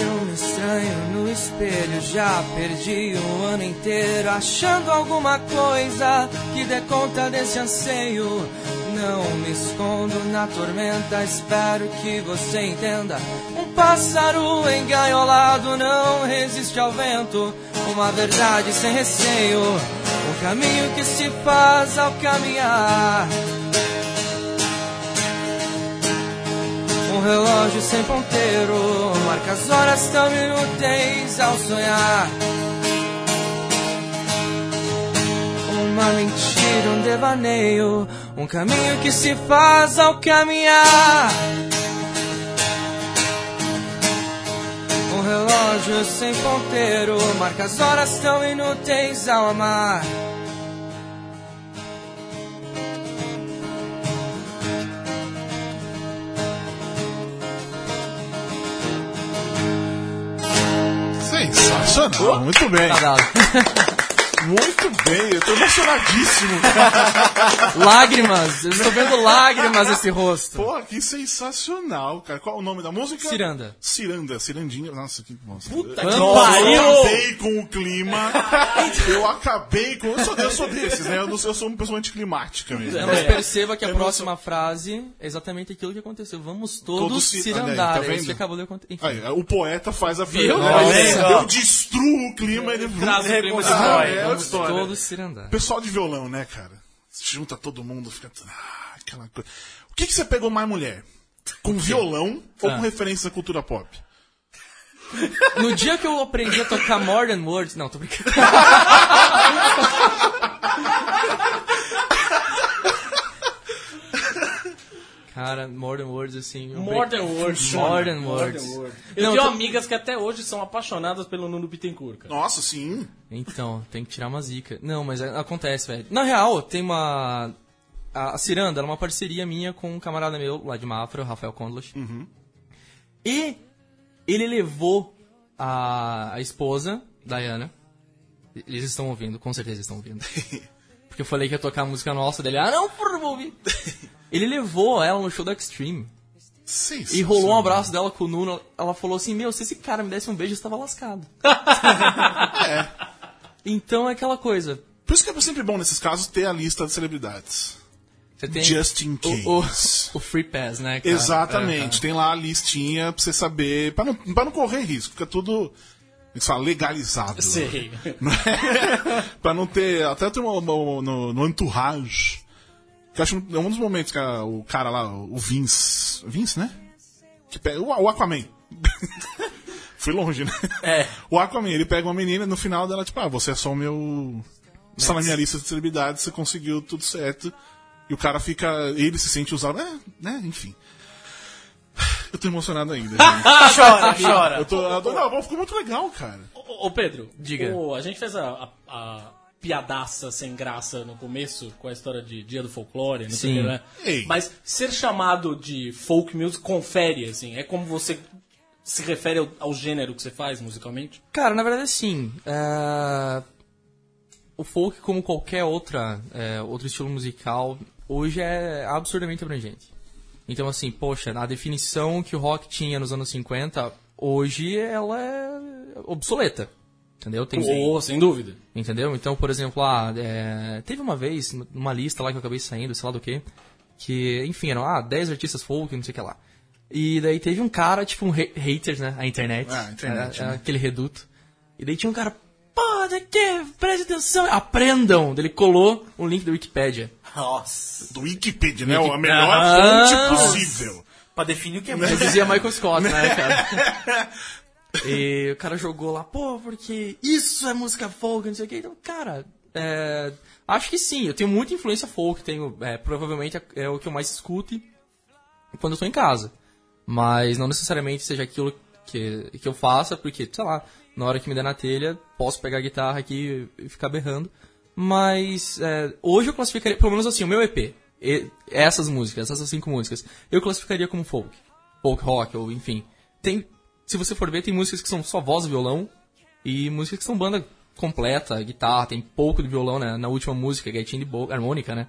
S7: Eu me estranho no espelho, já perdi um ano inteiro achando alguma coisa que dê conta desse anseio. Não me escondo na tormenta, espero que você entenda. Um pássaro engaiolado não resiste ao vento, uma verdade sem receio, um caminho que se faz ao caminhar. Um relógio sem ponteiro marca as horas tão inúteis ao sonhar. Uma mentira, um devaneio, um caminho que se faz ao caminhar. Um relógio sem ponteiro marca as horas tão inúteis ao amar.
S3: Sensacional, muito bem.
S6: Tá dado.
S3: Muito bem, eu tô emocionadíssimo.
S6: Lágrimas! Eu estou vendo lágrimas nesse rosto.
S3: Pô, que sensacional, cara. Qual é o nome da música?
S6: Ciranda.
S3: Ciranda, Cirandinha. Nossa, que nossa. Puta
S6: que
S3: Eu
S4: pariu!
S3: acabei com o clima. Eu acabei com. Eu sou, eu sou desses, né? Eu, não sou- eu sou uma pessoa anticlimática mesmo.
S6: Não,
S3: Né?
S6: Mas perceba que a
S3: Eu não
S6: próxima frase é exatamente aquilo que aconteceu. Vamos todos,
S3: Todos se-
S6: cirandar.
S3: Olha aí, tá
S6: é isso que
S3: vendo?
S6: acabou de acontecer. Enfim.
S3: Aí, o poeta faz a
S6: Viu?
S3: né?
S6: Olha
S3: Ele-
S5: só.
S3: Eu destruo o clima, ele
S4: Traz o clima de
S3: Ah,
S4: dói.
S3: é outra
S6: Vamos
S3: história.
S6: todos cirandar.
S3: Pessoal de violão, né, cara? Se junta todo mundo, fica. Ah, aquela coisa. O que, que você pegou mais mulher? Com violão ou
S6: Ah.
S3: com referência à cultura pop?
S6: No dia que eu aprendi a tocar More Than Words... Não, tô brincando. Cara, More Than Words, assim... eu
S4: More
S6: brin-
S4: Than Words.
S6: More Than Words.
S4: Eu
S6: Não,
S4: tenho
S6: tô-
S4: amigas que até hoje são apaixonadas pelo Nuno Bittencourt, cara.
S3: Nossa, sim.
S6: Então, tem que tirar uma zica. Não, mas a- acontece, velho. Na real, tem uma. A, a Ciranda era uma parceria minha com um camarada meu lá de Mafra, o Rafael Kondloch. E ele levou a, a esposa, Diana. Eles estão ouvindo, com certeza estão ouvindo. Porque eu falei que ia tocar a música nossa dele. Ah, não, porra, vou ouvir. Ele levou ela no show da Extreme. E
S3: Sensacional.
S6: rolou um abraço dela com o Nuno. Ela falou assim: Meu, se esse cara me desse um beijo, eu estava lascado. Então é aquela coisa.
S3: Por isso que é sempre bom nesses casos ter a lista de celebridades.
S6: Você tem
S3: Just in
S6: o, o,
S3: case.
S6: o Free Pass, né? cara?
S3: Exatamente. Tem lá a listinha pra você saber. Pra não, pra não correr risco. Fica tudo. como é se fala, legalizado.
S4: Sei.
S3: pra não ter. Até tem uma- uma- no, no entourage. Que eu acho um- é um dos momentos que a- o cara lá, o Vince. Vince, né? Que pega, o, o Aquaman. Fui longe, né? É. O Aquaman, ele pega uma menina no final dela, tipo, ah, você é só o meu. Está na minha lista de celebridades, você conseguiu tudo certo. E o cara fica. Ele se sente usado. É, né? Enfim. Eu tô emocionado ainda. gente.
S5: Ah, Chora, chora.
S3: Eu tô, eu tô- não, ficou muito legal, cara.
S4: Ô, ô, Pedro,
S6: Diga.
S4: o- a gente fez a, a- a piadaça sem graça no começo com a história de Dia do Folclore, não sei o que, né?
S3: Ei.
S4: Mas ser chamado de folk music confere, assim, é como você se refere ao, ao gênero que você faz musicalmente?
S6: Cara, na verdade, assim. é, O folk, como qualquer outra, é, outro estilo musical, hoje é absurdamente abrangente. Então, assim, poxa, a definição que o rock tinha nos anos 50, hoje ela é obsoleta. Entendeu? Tem,
S4: Ou, sem dúvida.
S6: Entendeu? Então, por exemplo, ah, é, teve uma vez, uma lista lá que eu acabei saindo, sei lá do que, que, enfim, eram ah, 10 artistas folk, não sei o que lá. E daí teve um cara, tipo um ha- hater, né? A internet.
S3: Ah, a internet,
S6: era- era
S3: né?
S6: Aquele reduto. E daí tinha um cara, pô, daqui, preste atenção, aprendam. Daí Ele colou um link da Wikipedia.
S5: Nossa.
S3: Do Wikipedia, né? A melhor fonte possível.
S5: Pra definir o que é
S6: Eu
S5: música.
S6: Né? dizia Michael Scott, né, cara? E o cara jogou lá, pô, porque isso é música folk, não sei o que. Então, cara, é, acho que sim, eu tenho muita influência folk, tenho, é, provavelmente é o que eu mais escuto quando eu tô em casa. Mas não necessariamente seja aquilo que, que eu faça, porque, sei lá, na hora que me der na telha, posso pegar a guitarra aqui e ficar berrando. Mas é, hoje eu classificaria, pelo menos assim, o meu EP, e- essas músicas, essas cinco músicas, eu classificaria como folk. Folk rock, ou enfim. Tem, se você for ver, tem músicas que são só voz e violão, e músicas que são banda completa, guitarra, tem pouco de violão né? na última música, Gatinho de Boca, harmônica, né?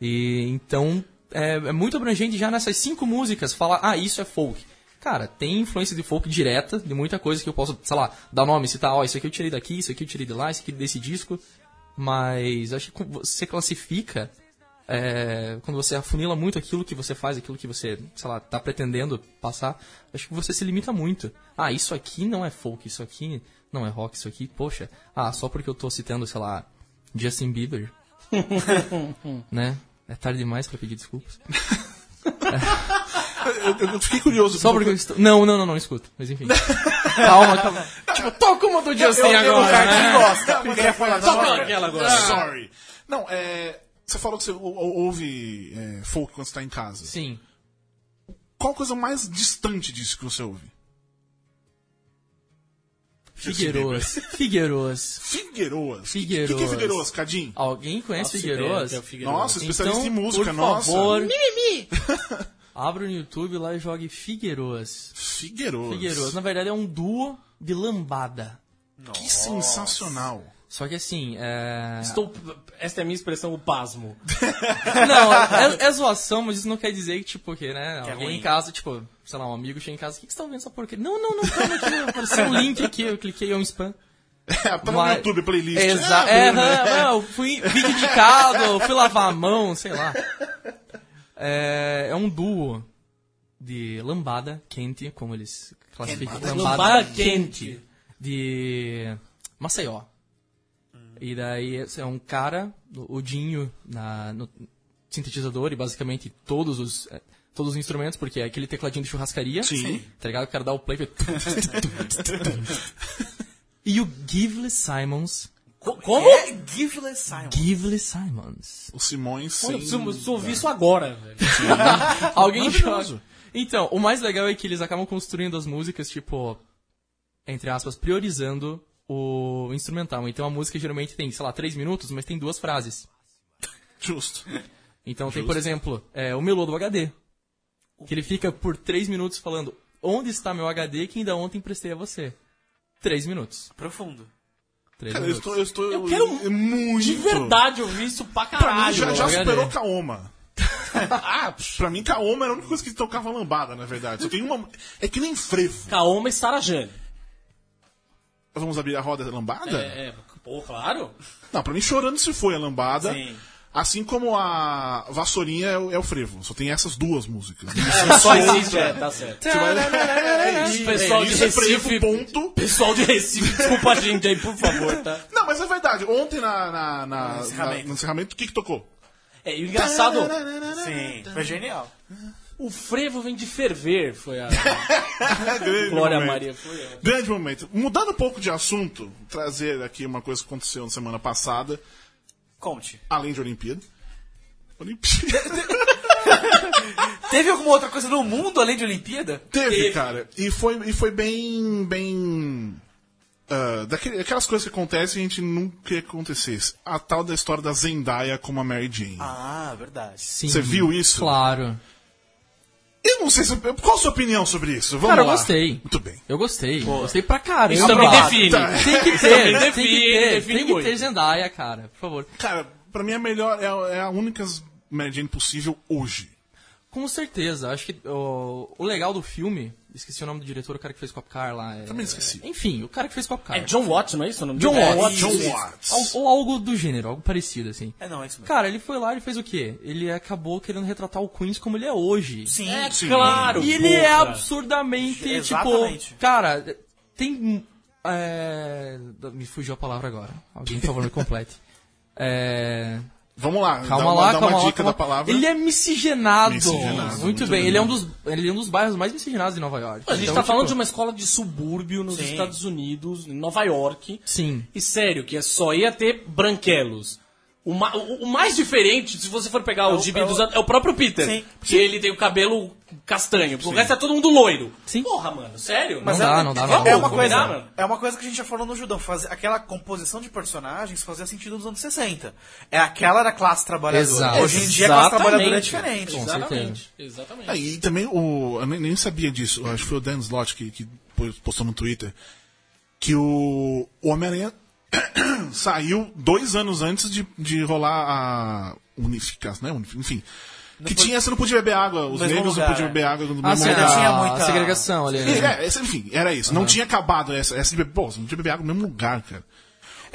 S6: E então é, é muito abrangente já nessas cinco músicas falar, ah, isso é folk. Cara, tem influência de folk direta, de muita coisa que eu posso, sei lá, dar nome, citar, ó, isso aqui eu tirei daqui, isso aqui eu tirei de lá, isso aqui desse disco. Mas acho que você classifica é, quando você afunila muito aquilo que você faz, aquilo que você, sei lá, tá pretendendo passar, acho que você se limita muito. Ah, isso aqui não é folk, isso aqui não é rock, isso aqui, poxa. Ah, só porque eu tô citando, sei lá, Justin Bieber, né? É tarde demais pra pedir desculpas.
S3: Eu, eu fiquei curioso.
S6: Só porque eu estou... Não, não, não, não escuto. Mas enfim. calma, calma. Tipo, toca uma do Justin agora. né?
S5: gosta. Queria falar
S4: Toca
S5: agora.
S4: aquela agora.
S3: Sorry. Não, é. Você falou que você ou- ou- ouve é, folk quando você tá em casa.
S6: Sim.
S3: Qual a coisa mais distante disso que você ouve?
S6: Figueiroas. Figueiroas.
S3: Figueiroas.
S6: Figueiroas.
S3: O que, que é Figueiroas, Cadim?
S6: Alguém conhece Figueiroas?
S4: É, é o Figueiroa.
S3: Nossa, especialista
S6: então,
S3: em música,
S6: por
S3: nossa.
S6: favor, abra no YouTube lá e jogue Figueiroas.
S3: Figueiroas.
S6: Figueiroas, na verdade, é um duo de lambada.
S3: Que sensacional.
S6: Só que assim, é...
S4: Estou, esta é a minha expressão, o pasmo.
S6: Não, é, é zoação, mas isso não quer dizer que, tipo, que, né?
S5: é
S6: alguém
S5: ruim.
S6: em casa, tipo, sei lá, um amigo chega em casa, o que, que você tá ouvindo essa porcaria? Não, não, não, calma aqui, apareceu um link aqui, eu cliquei, é um spam.
S3: É, tá no
S6: Mas-
S3: YouTube, playlist. né?
S6: Exa é, é, é, eu fui vídeo indicado, fui lavar a mão, sei lá. É, é um duo de lambada quente, como eles classificam.
S4: Lambada quente.
S6: De Maceió. E daí esse é um cara, o Dinho, na, no sintetizador e basicamente todos os... eh, Todos os instrumentos, porque é aquele tecladinho de churrascaria.
S3: Sim.
S6: Tá ligado? O cara dá o play. faz- e o Gively Simons
S4: Como?
S5: É Giveless Simon.
S6: Gively Simons.
S3: O Simões,
S4: Eu
S3: sim.
S4: preciso preciso ouvir isso agora. velho.
S6: Ah, Alguém
S3: Maravilhoso.
S6: joga. Então, o mais legal é que eles acabam construindo as músicas, tipo, entre aspas, priorizando o instrumental. Então a música geralmente tem, sei lá, três minutos, mas tem duas frases.
S3: Justo.
S6: Então tem, por exemplo, é, o melô do HD. Que ele fica por três minutos falando Onde está meu HD que ainda ontem prestei a você? Três minutos.
S5: Profundo.
S6: Três
S3: Cara, eu
S6: minutos.
S3: estou. Eu, estou,
S4: Eu quero
S3: é muito.
S4: De verdade, eu vi isso pra
S3: Pra mim,
S4: caralho.
S3: já, já
S6: olha
S3: superou
S6: aí.
S3: Kaoma. ah, pra mim, Kaoma era a única coisa que tocava lambada, na verdade. Só tem uma. É que nem frevo.
S4: Kaoma e Sarajane.
S3: Vamos abrir a roda lambada?
S4: É, é, pô, claro.
S3: Não, pra mim, chorando se foi a lambada.
S5: Sim.
S3: Assim como a Vassourinha é o, é o frevo. Só tem essas duas músicas.
S4: Só existe, é, tá certo.
S3: E-
S4: pessoal
S3: é,
S4: de
S3: isso é
S4: Recife-
S3: frevo, ponto.
S4: Pessoal de Recife, desculpa a gente aí, por favor, tá?
S3: Não, mas é verdade. Ontem na, na, na-
S5: encerramento.
S3: na- no encerramento, o que, que tocou?
S4: É, e o engraçado,
S5: Sim. Foi genial.
S4: o frevo vem de ferver, foi a
S3: É Grande
S4: Glória
S3: momento.
S4: Maria. Foi a...
S3: Grande momento. Mudando um pouco de assunto, trazer aqui uma coisa que aconteceu na semana passada.
S5: Conte.
S3: além de Olimpíada. Olimpíada.
S5: Teve alguma outra coisa no mundo além de Olimpíada?
S3: Teve, cara. E foi, e foi bem. bem. ah, daquele, aquelas coisas que acontecem e a gente nunca queria que acontecesse. A tal da história da Zendaya como a Mary Jane.
S5: Ah, verdade.
S6: Sim,
S3: Você viu isso?
S6: Claro.
S3: Eu não sei se. Qual a sua opinião sobre isso? Vamos
S6: Cara, eu
S3: lá.
S6: gostei.
S3: Muito bem.
S6: Eu gostei. Gostei pra caramba.
S4: Isso também
S5: Tá.
S4: define.
S6: Tem que
S4: Também
S6: ter, tem que
S4: define,
S6: ter.
S4: define
S6: Tem que
S4: muito.
S6: ter Zendaya, cara. Por favor.
S3: Cara, pra mim é a melhor. É, a- é a única Mary Jane possível hoje.
S6: Com certeza. Acho que ó, o legal do filme... Esqueci o nome do diretor, o cara que fez Copcar lá. é-
S3: Também esqueci.
S6: Enfim, o cara que fez Copcar.
S4: É John Watts, não é isso? o nome
S6: John
S4: dele? É,
S6: Watts.
S3: John
S4: isso.
S3: Watts.
S6: um, Ou, ou algo do gênero, algo parecido, assim.
S5: É, não, é isso mesmo.
S6: Cara, ele foi lá e ele fez o quê? Ele acabou querendo retratar o Queens como ele é hoje.
S5: Sim.
S4: É
S3: Sim.
S4: claro.
S6: E ele é
S4: porra.
S6: absurdamente,
S5: Exatamente.
S6: tipo... Cara, tem... é, me fugiu a palavra agora. Alguém, por favor, me complete. É,
S3: Vamos lá.
S6: calma
S3: dá uma,
S6: lá,
S3: dá uma
S6: calma lá,
S3: dica
S6: calma
S3: da
S6: lá.
S3: palavra.
S6: Ele é miscigenado.
S3: Miscigenado,
S6: Muito,
S3: muito
S6: bem.
S3: bem.
S6: Ele, é um dos, ele é um dos bairros mais miscigenados de Nova York.
S4: A gente
S6: Então,
S4: tá falando de
S6: tipo,
S4: uma escola de subúrbio nos
S5: Sim.
S4: Estados Unidos, em Nova York.
S6: Sim.
S4: E sério, que é só ia ter branquelos. O, ma- o- o mais diferente, se você for pegar o gibi
S5: é o-
S4: dos anos, é o próprio Peter.
S5: Sim.
S4: Porque ele tem o cabelo castanho. Porque o resto é todo mundo loiro.
S6: Sim.
S4: Porra, mano, sério?
S6: Mas
S4: é,
S6: dá, não dá, não dá.
S5: É
S4: Vamos
S5: uma, coisa,
S4: combinar, mano?
S5: é uma coisa que a gente já falou no Judão. Fazer, aquela composição de personagens fazia sentido nos anos 60. É aquela da classe trabalhadora.
S6: Exato.
S5: Hoje em dia a classe
S4: Exatamente.
S5: trabalhadora é diferente.
S6: Com
S4: Exatamente.
S6: certeza.
S4: Exatamente.
S3: Ah, e também o. Eu nem, nem sabia disso. eu Acho que foi o Dan Slott que, que pôs- postou no Twitter. Que o, o Homem-Aranha saiu dois anos antes de, de rolar a unificação, né? Unif- Enfim. que tinha, você não podia beber água, os
S5: mesmo
S3: negros
S5: lugar,
S3: não podiam
S5: é.
S3: beber água no mesmo
S6: Ah, sim,
S3: lugar.
S5: ainda tinha
S6: a
S5: muita-
S6: segregação ali. né?
S3: É, essa- enfim, era isso. Não tinha acabado essa, essa de beber. Pô, você não tinha beber água no mesmo lugar, cara.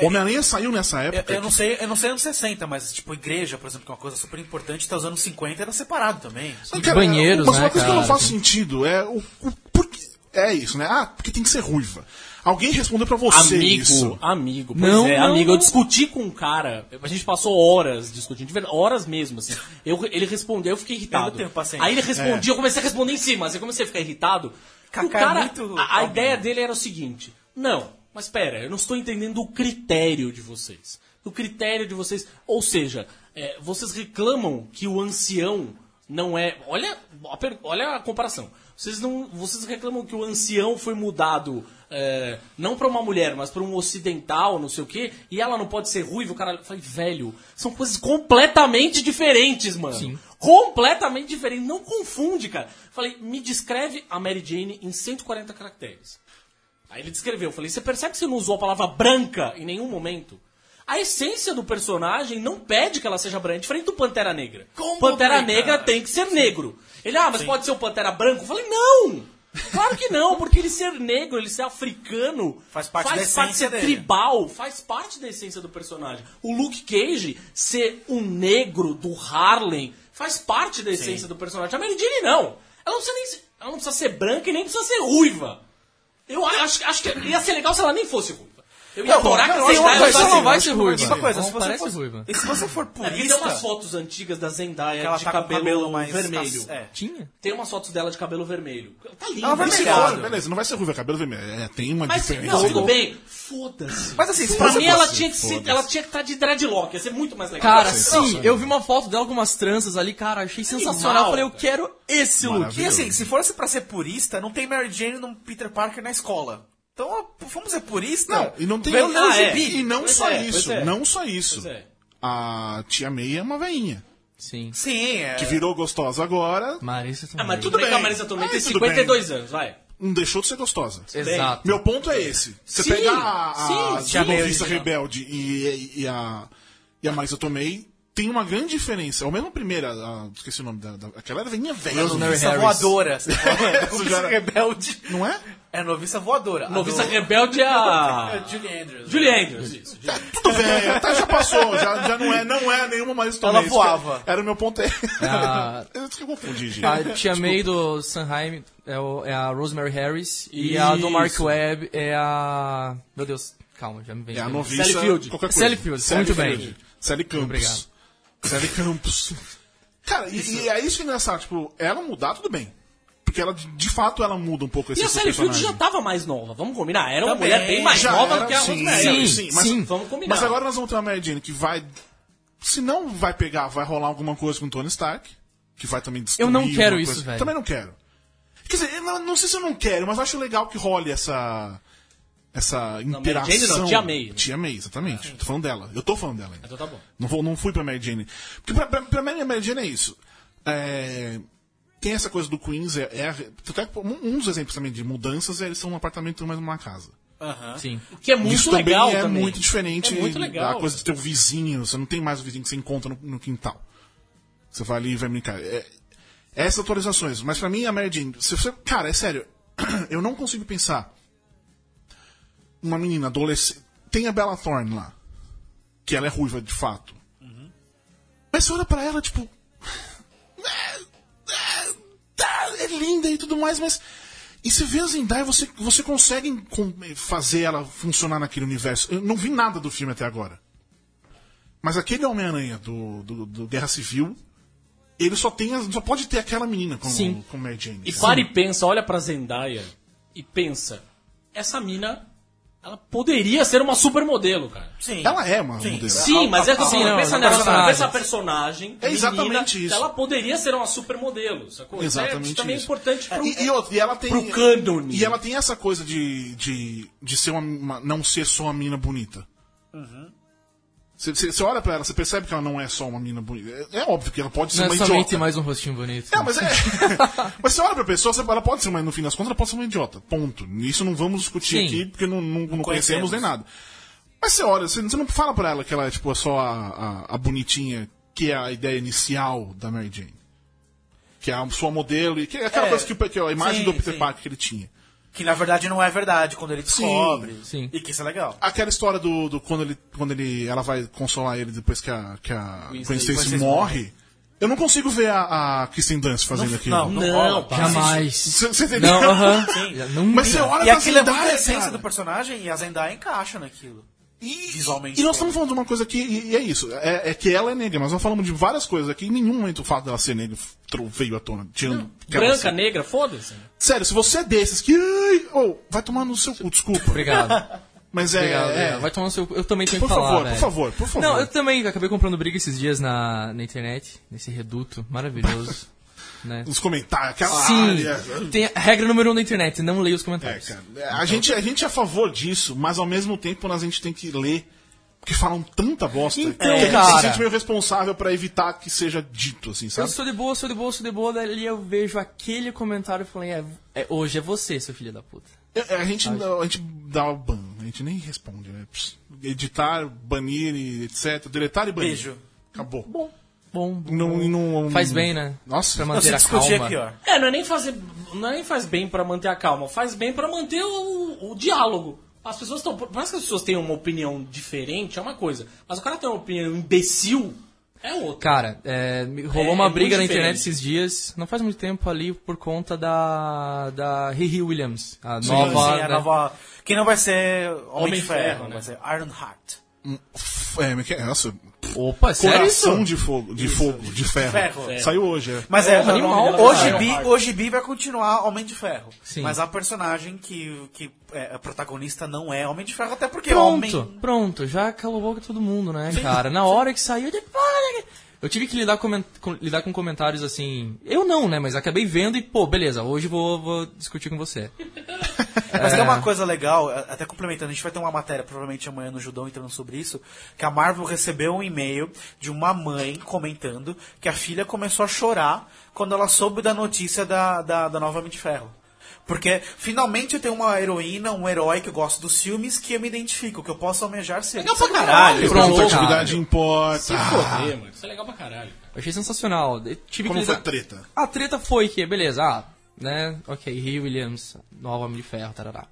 S3: O Homem-Aranha saiu nessa
S5: É, Eu,
S3: época.
S5: eu não sei, eu não sei anos 60, mas tipo, igreja, por exemplo, que é uma coisa super importante, até os anos 50 era separado também.
S3: Não,
S6: banheiros,
S3: mas
S6: né,
S3: Então, uma coisa que não
S6: cara,
S3: faz
S6: assim.
S3: sentido é o, o porquê. É isso, né? Ah, porque tem que ser ruiva. Alguém respondeu pra você
S4: Amigo,
S3: isso.
S4: amigo, pois
S6: Não,
S4: é,
S6: não,
S4: amigo, eu
S6: não.
S4: discuti com um cara, a gente passou horas discutindo, de verdade, horas mesmo, assim. Eu, ele respondeu, eu fiquei irritado.
S5: Eu não tenho paciência.
S4: Aí ele respondia, eu comecei a responder em cima, assim, eu comecei a ficar irritado.
S5: Cacá
S4: o cara,
S5: é muito
S4: a, a
S5: calmo.
S4: ideia dele era o seguinte, não, mas pera, eu não estou entendendo o critério de vocês. O critério de vocês, ou seja, é, vocês reclamam que o ancião não é, olha, a per- olha a comparação. Vocês não, vocês reclamam que o ancião foi mudado é, não pra uma mulher, mas pra um ocidental, não sei o quê, e ela não pode ser ruiva, o cara eu falei, velho, são coisas completamente diferentes, mano. Completamente diferentes, não confunde, cara. Eu Falei, me descreve a Mary Jane em 140 caracteres. Aí ele descreveu, eu falei, você percebe que você não usou a palavra branca em nenhum momento? A essência do personagem não pede que ela seja branca, diferente do Pantera Negra.
S5: Como
S4: Pantera
S5: branca?
S4: Negra tem que ser negro. Ele, ah, mas pode ser o Pantera Branco? Eu falei, não! Claro que não, porque ele ser negro, ele ser africano,
S5: Faz parte da
S4: parte de ser
S5: essência dele.
S4: tribal, faz parte da essência do personagem. O Luke Cage ser um negro do Harlem faz parte da essência do personagem. A Mary Jane não. Ela não precisa, nem, ser- ela não precisa ser branca e nem precisa ser ruiva. Eu acho, acho que ia ser legal se ela nem fosse ruiva. Eu ia
S5: Não,
S4: adorar que ela
S5: não, tem
S4: fosse
S5: uma
S4: ela
S5: coisa, assim,
S4: fosse
S6: Ela não vai
S4: ruiva.
S6: ser
S5: E
S6: ruiva.
S5: uma coisa,
S6: Ela
S5: se você,
S6: parece
S5: for,
S6: ruiva.
S5: e se você for
S4: É, porque tem umas
S5: purista,
S4: fotos antigas da Zendaya
S5: ela
S4: de
S5: tá com o
S4: cabelo,
S5: cabelo mais
S4: vermelho.
S5: É.
S6: Tinha?
S4: Tem umas fotos dela de cabelo vermelho. Tá linda.
S6: Ah,
S5: Ela vai
S3: Mas se
S5: Obrigado.
S3: for, beleza, não vai ser ruiva, é cabelo vermelho. É, tem uma
S4: Mas
S3: diferença.
S4: não,
S3: aí.
S4: tudo bem. Foda-se.
S5: Mas assim, se
S4: Pra
S5: você
S4: mim,
S5: for-
S4: ela tinha, que ser,
S3: foda-se.
S4: ela tinha que estar de dreadlock, ia ser muito mais legal.
S6: Cara,
S3: Sensacional.
S6: sim, eu vi uma foto dela com umas tranças ali, cara, achei sensacional.
S4: Animal,
S6: Falei, eu quero esse look.
S4: é
S5: E assim, se fosse pra ser purista, não tem Mary Jane no Peter Parker na escola. Então, ó, vamos ser purista?
S3: Não, e não tem. um
S5: Vê o Leo
S4: Ah, é.
S5: Gibi.
S3: E não
S4: Pois
S3: só
S4: é, pois
S3: isso,
S4: é.
S3: não só isso.
S4: Pois é.
S3: A tia May é uma veinha.
S6: Sim.
S5: Sim, é.
S3: Que virou gostosa agora,
S6: Marisa
S4: Ah,
S6: também.
S4: mas tudo
S3: Tudo
S4: bem que a
S3: bem.
S4: Marisa Tomei
S3: Ah,
S4: tem
S3: tudo
S4: 52 anos, vai.
S3: não deixou de ser gostosa.
S6: Exato.
S3: Meu ponto é esse. Você
S4: Sim,
S3: pega a, a
S4: sim,
S3: tia
S4: sim.
S3: Novista Rebelde e, e- e a, e a Marisa Tomei, tem uma grande diferença. Ou mesmo a primeira, a- esqueci o nome da. da aquela era velhinha velha.
S6: Rosemary
S5: Noviça
S6: Harris.
S5: voadora. você fala.
S3: já
S5: Noviça
S3: era-
S5: rebelde.
S3: Não é?
S5: É noviça voadora. A
S4: Noviça
S5: do-
S4: Rebelde é a.
S5: É Julie Andrews.
S4: Julie Andrews, isso. Julie-
S3: Tudo bem, até já passou, já, já não é, não é nenhuma Marisa Tomei.
S5: Ela
S3: Isso
S5: voava.
S3: que Era o meu ponto. É...
S6: Ah.
S3: Isso que eu confundi, gente.
S6: A tia May do Sanheim é, o- é a Rosemary Harris. E a do Mark
S4: Isso.
S6: Webb é a. Meu Deus, calma, já me vem.
S3: É a
S6: Eu-
S3: noviça.
S4: Sally Field.
S3: Qualquer coisa.
S6: Sally Field, muito bem.
S3: Sally Campos.
S6: Obrigado.
S3: Sally Campos. Cara, e, e é isso que é engraçado. Tipo, ela mudar, tudo bem. Porque ela, de- de fato, ela muda um pouco esse
S4: E a Sally Field já tava mais nova, vamos combinar. Era É uma
S5: Também,
S4: mulher bem mais
S3: já
S4: nova
S3: era,
S4: do que a
S3: sim,
S4: Rosemary.
S3: sim,
S6: Sim,
S3: sim, mas-
S6: sim.
S4: Vamos combinar.
S3: Mas agora nós vamos ter uma Mary Jane que vai se não vai pegar, vai rolar alguma coisa com o Tony Stark, que vai também destruir.
S6: Eu não
S3: uma
S6: quero
S3: coisa.
S6: isso, velho.
S3: Também não quero. Quer dizer, eu não, não sei se eu não quero, mas eu acho legal que role essa. Essa
S4: Mary
S3: interação.
S4: Jane não, Tia May, né?
S3: Tia May, exatamente. Tô falando dela. Eu tô falando dela ainda.
S4: Então tá bom.
S3: Não, vou, não fui pra Mary Jane. Porque pra, pra, pra Mary, Mary Jane é isso. É, tem essa coisa do Queens. É, é a- até um, um dos exemplos também de mudanças é eles são um apartamento mais uma casa.
S6: Sim.
S4: Que é muito
S3: Isso também
S4: legal
S3: é
S4: também.
S3: muito diferente
S4: É muito legal.
S3: da coisa de ter um vizinho. Você não tem mais o vizinho que você encontra no, no quintal. Você vai ali e vai brincar. É, essas atualizações. Mas pra mim, a Mary Jane... Se você, cara, é sério. Eu não consigo pensar... Uma menina adolescente... Tem a Bella Thorne lá. Que ela é ruiva, de fato. Mas você olha pra ela, tipo... tá, é linda e tudo mais, mas. E você vê a Zendaya, você, você consegue com- fazer ela funcionar naquele universo. Eu não vi nada do filme até agora. Mas aquele Homem-Aranha do, do, do Guerra Civil, ele só tem as- só pode ter aquela menina como,
S6: Sim.
S3: como Mary Jane.
S4: E
S3: Sim.
S4: para e pensa, olha pra Zendaya e pensa, essa mina, ela poderia ser uma supermodelo, cara.
S5: Sim.
S3: Ela é uma
S5: Sim.
S3: modelo.
S4: Sim, mas é que assim,
S6: Sim, não,
S4: pensa
S6: não,
S4: nela,
S6: personagem.
S4: pensa a personagem,
S3: É exatamente
S4: menina,
S3: isso.
S4: ela poderia ser uma supermodelo, sacou? Isso é-
S3: Exatamente
S4: Isso também é
S3: isso.
S4: importante pro,
S3: E, e outra, e ela tem.
S4: pro cânone.
S3: E ela tem essa coisa de, de, de ser uma, uma- não ser só uma mina bonita. Você você olha pra ela, você percebe que ela não é só uma mina bonita. É, é óbvio que ela pode ser
S6: Não é
S3: uma
S6: somente
S3: idiota.
S6: mais um rostinho bonito.
S3: É, mas é. mas você olha pra pessoa, você- ela pode ser uma, no fim das contas, ela pode ser uma idiota. Ponto. Isso não vamos discutir
S6: Sim.
S3: aqui, porque não, não, não conhecemos
S5: conhecemos.
S3: nem nada. Mas você olha, você, você não fala pra ela que ela é tipo só a, a, a bonitinha, que é a ideia inicial da Mary Jane. Que é a sua modelo, e que é aquela
S5: É.
S3: coisa que, o- que é a imagem
S5: Sim,
S3: do Peter
S5: sim.
S3: Parker que ele tinha.
S5: Que na verdade não é verdade quando ele descobre.
S6: Sim.
S5: E que isso é legal.
S3: Aquela história do, do quando ele quando ele ela vai consolar ele depois que a que a Gwen
S4: Stacy- né?
S3: Stacy
S5: Gwen Stacy
S3: morre. Eu não consigo ver a, a Kristen Dunst fazendo aquilo.
S4: Não,
S5: rola.
S4: pá.
S6: Jamais.
S3: Você você entendeu?
S6: Não, aham.
S5: Sim.
S6: Não-
S3: Mas você olha
S5: E
S3: pra
S5: aquilo é muito a
S3: Zendaya,
S5: essência
S3: cara.
S5: do personagem e a Zendaya encaixa naquilo.
S3: E,
S5: Visualmente
S3: E nós
S4: né?
S5: falando.
S3: estamos falando de uma coisa que. E, e é isso. É, é que ela é negra, mas nós falamos de várias coisas aqui. Em nenhum momento o fato dela ser negra f- tro- veio à tona. Tirando que ela
S4: Branca, né?
S3: se-
S4: negra, foda-se.
S3: Sério, se você é desses que. Ai, oh, vai tomar no seu cu, desculpa.
S6: Obrigado.
S3: Mas é.
S6: Obrigado,
S3: é,
S6: obrigado. Vai tomar no seu. Eu também tenho
S3: Por
S6: que falar.
S3: favor,
S6: velho.
S3: por favor, por favor.
S6: Não, eu também acabei comprando briga esses dias na, na internet, nesse reduto maravilhoso. né?
S3: Os comentários, aquela área.
S6: Sim, tem a regra número um da internet, não leia os
S3: É,
S6: comentários.
S3: cara. é, A gente, a gente é a favor disso, mas ao mesmo tempo nós a gente tem que ler. Porque falam tanta bosta
S6: Então,
S3: que a gente se
S6: cara.
S3: sente meio responsável pra evitar que seja dito, assim,
S6: eu
S3: sabe?
S6: sou de boa, sou de boa, sou de boa, dali eu vejo aquele comentário e falei, é, é- hoje é você, seu filho da puta.
S3: É, A gente, não- a gente dá o ban, a gente nem responde, né? Pss, Editar, banir, e etc. Deletar e banir.
S5: Beijo.
S3: Acabou.
S6: Bom,
S3: Não, e não-
S6: faz bem, né?
S3: Nossa,
S6: pra
S5: Não,
S6: manter
S5: se
S6: a
S5: discutir
S6: calma.
S5: é pior.
S4: É, não é nem fazer, não é nem faz bem pra manter a calma, faz bem pra manter o, o diálogo. As pessoas estão, por mais que as pessoas tenham uma opinião diferente, é uma coisa, mas o cara tem uma opinião imbecil, é outra.
S6: Cara, é, me- rolou
S4: É,
S6: uma
S4: é
S6: briga na
S4: muito
S6: internet
S4: diferente.
S6: esses dias, não faz muito tempo ali, por conta da. da Riri Williams, a nova.
S5: Sim, a
S6: né?
S5: nova- Quem não vai ser Homem,
S4: Homem
S5: de Ferro,
S4: Ferro, né?
S5: vai ser Iron Heart.
S3: F- É, mas que- nossa,
S6: Opa, sério isso?
S3: coração de fogo, de fogo, de ferro.
S5: Ferro.
S3: Saiu hoje, é.
S5: Mas é,
S4: o nome
S5: animal.
S4: dela é
S5: Hoje,
S4: Iron
S5: Bi,
S4: Heart.
S5: hoje Bi vai continuar Homem de Ferro.
S6: Sim.
S5: Mas a personagem que, que é a protagonista não é Homem de Ferro, até porque
S6: Pronto,
S5: Homem.
S6: pronto, já calou a boca todo mundo, né, cara? Na hora que saiu, de... eu tive né, que lidar com, com- lidar com comentários assim. Eu não, né? Mas acabei vendo e, pô, beleza, hoje vou, vou discutir com você.
S5: Mas tem uma coisa legal, a- até complementando, a gente vai ter uma matéria provavelmente amanhã no Judão entrando sobre isso, que a Marvel recebeu um e-mail de uma mãe comentando que a filha começou a chorar quando ela soube da notícia da, da, da nova Homem de Ferro. Porque finalmente eu tenho uma heroína, um herói que eu gosto dos filmes, que eu me identifico, que eu posso almejar ser. Legal pra
S3: Pronto,
S5: caralho!
S6: Pronto,
S3: atividade
S4: Se
S3: importa.
S4: foder, mano, isso é legal pra caralho. cara.
S6: Eu achei sensacional. Eu tive
S3: Como
S6: que
S3: foi
S6: lidar...
S3: a treta?
S6: A treta foi que, beleza, ah, né? Ok, Rio Williams, nova Homem de Ferro, tarará.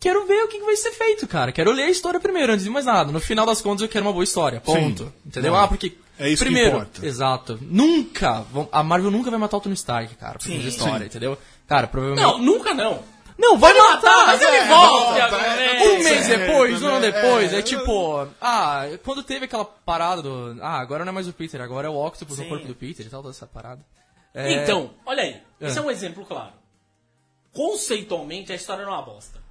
S6: Quero ver o que que vai ser feito, cara. Quero ler a história primeiro, antes de mais nada. No final das contas, eu quero uma boa história. Ponto.
S3: Sim.
S6: Entendeu?
S3: Não.
S6: Ah, porque.
S3: É isso que
S6: primeiro,
S3: importa.
S6: Exato. Nunca. vão- A Marvel nunca vai matar o Tony Stark, cara, por causa de história, entendeu? Cara, provavelmente.
S4: Não, nunca não.
S6: Não, vai matar!
S4: mas ele
S6: velho.
S4: volta.
S6: Um mês depois, um ano
S3: também,
S6: depois,
S3: é.
S6: é tipo. Ah, quando teve aquela parada do. Ah, agora não é mais o Peter, agora é o Octopus no
S5: Sim.
S6: corpo do Peter e tal, toda essa parada. É,
S4: Então, olha aí, esse
S6: É.
S4: é um exemplo claro. Conceitualmente, a história não é uma bosta.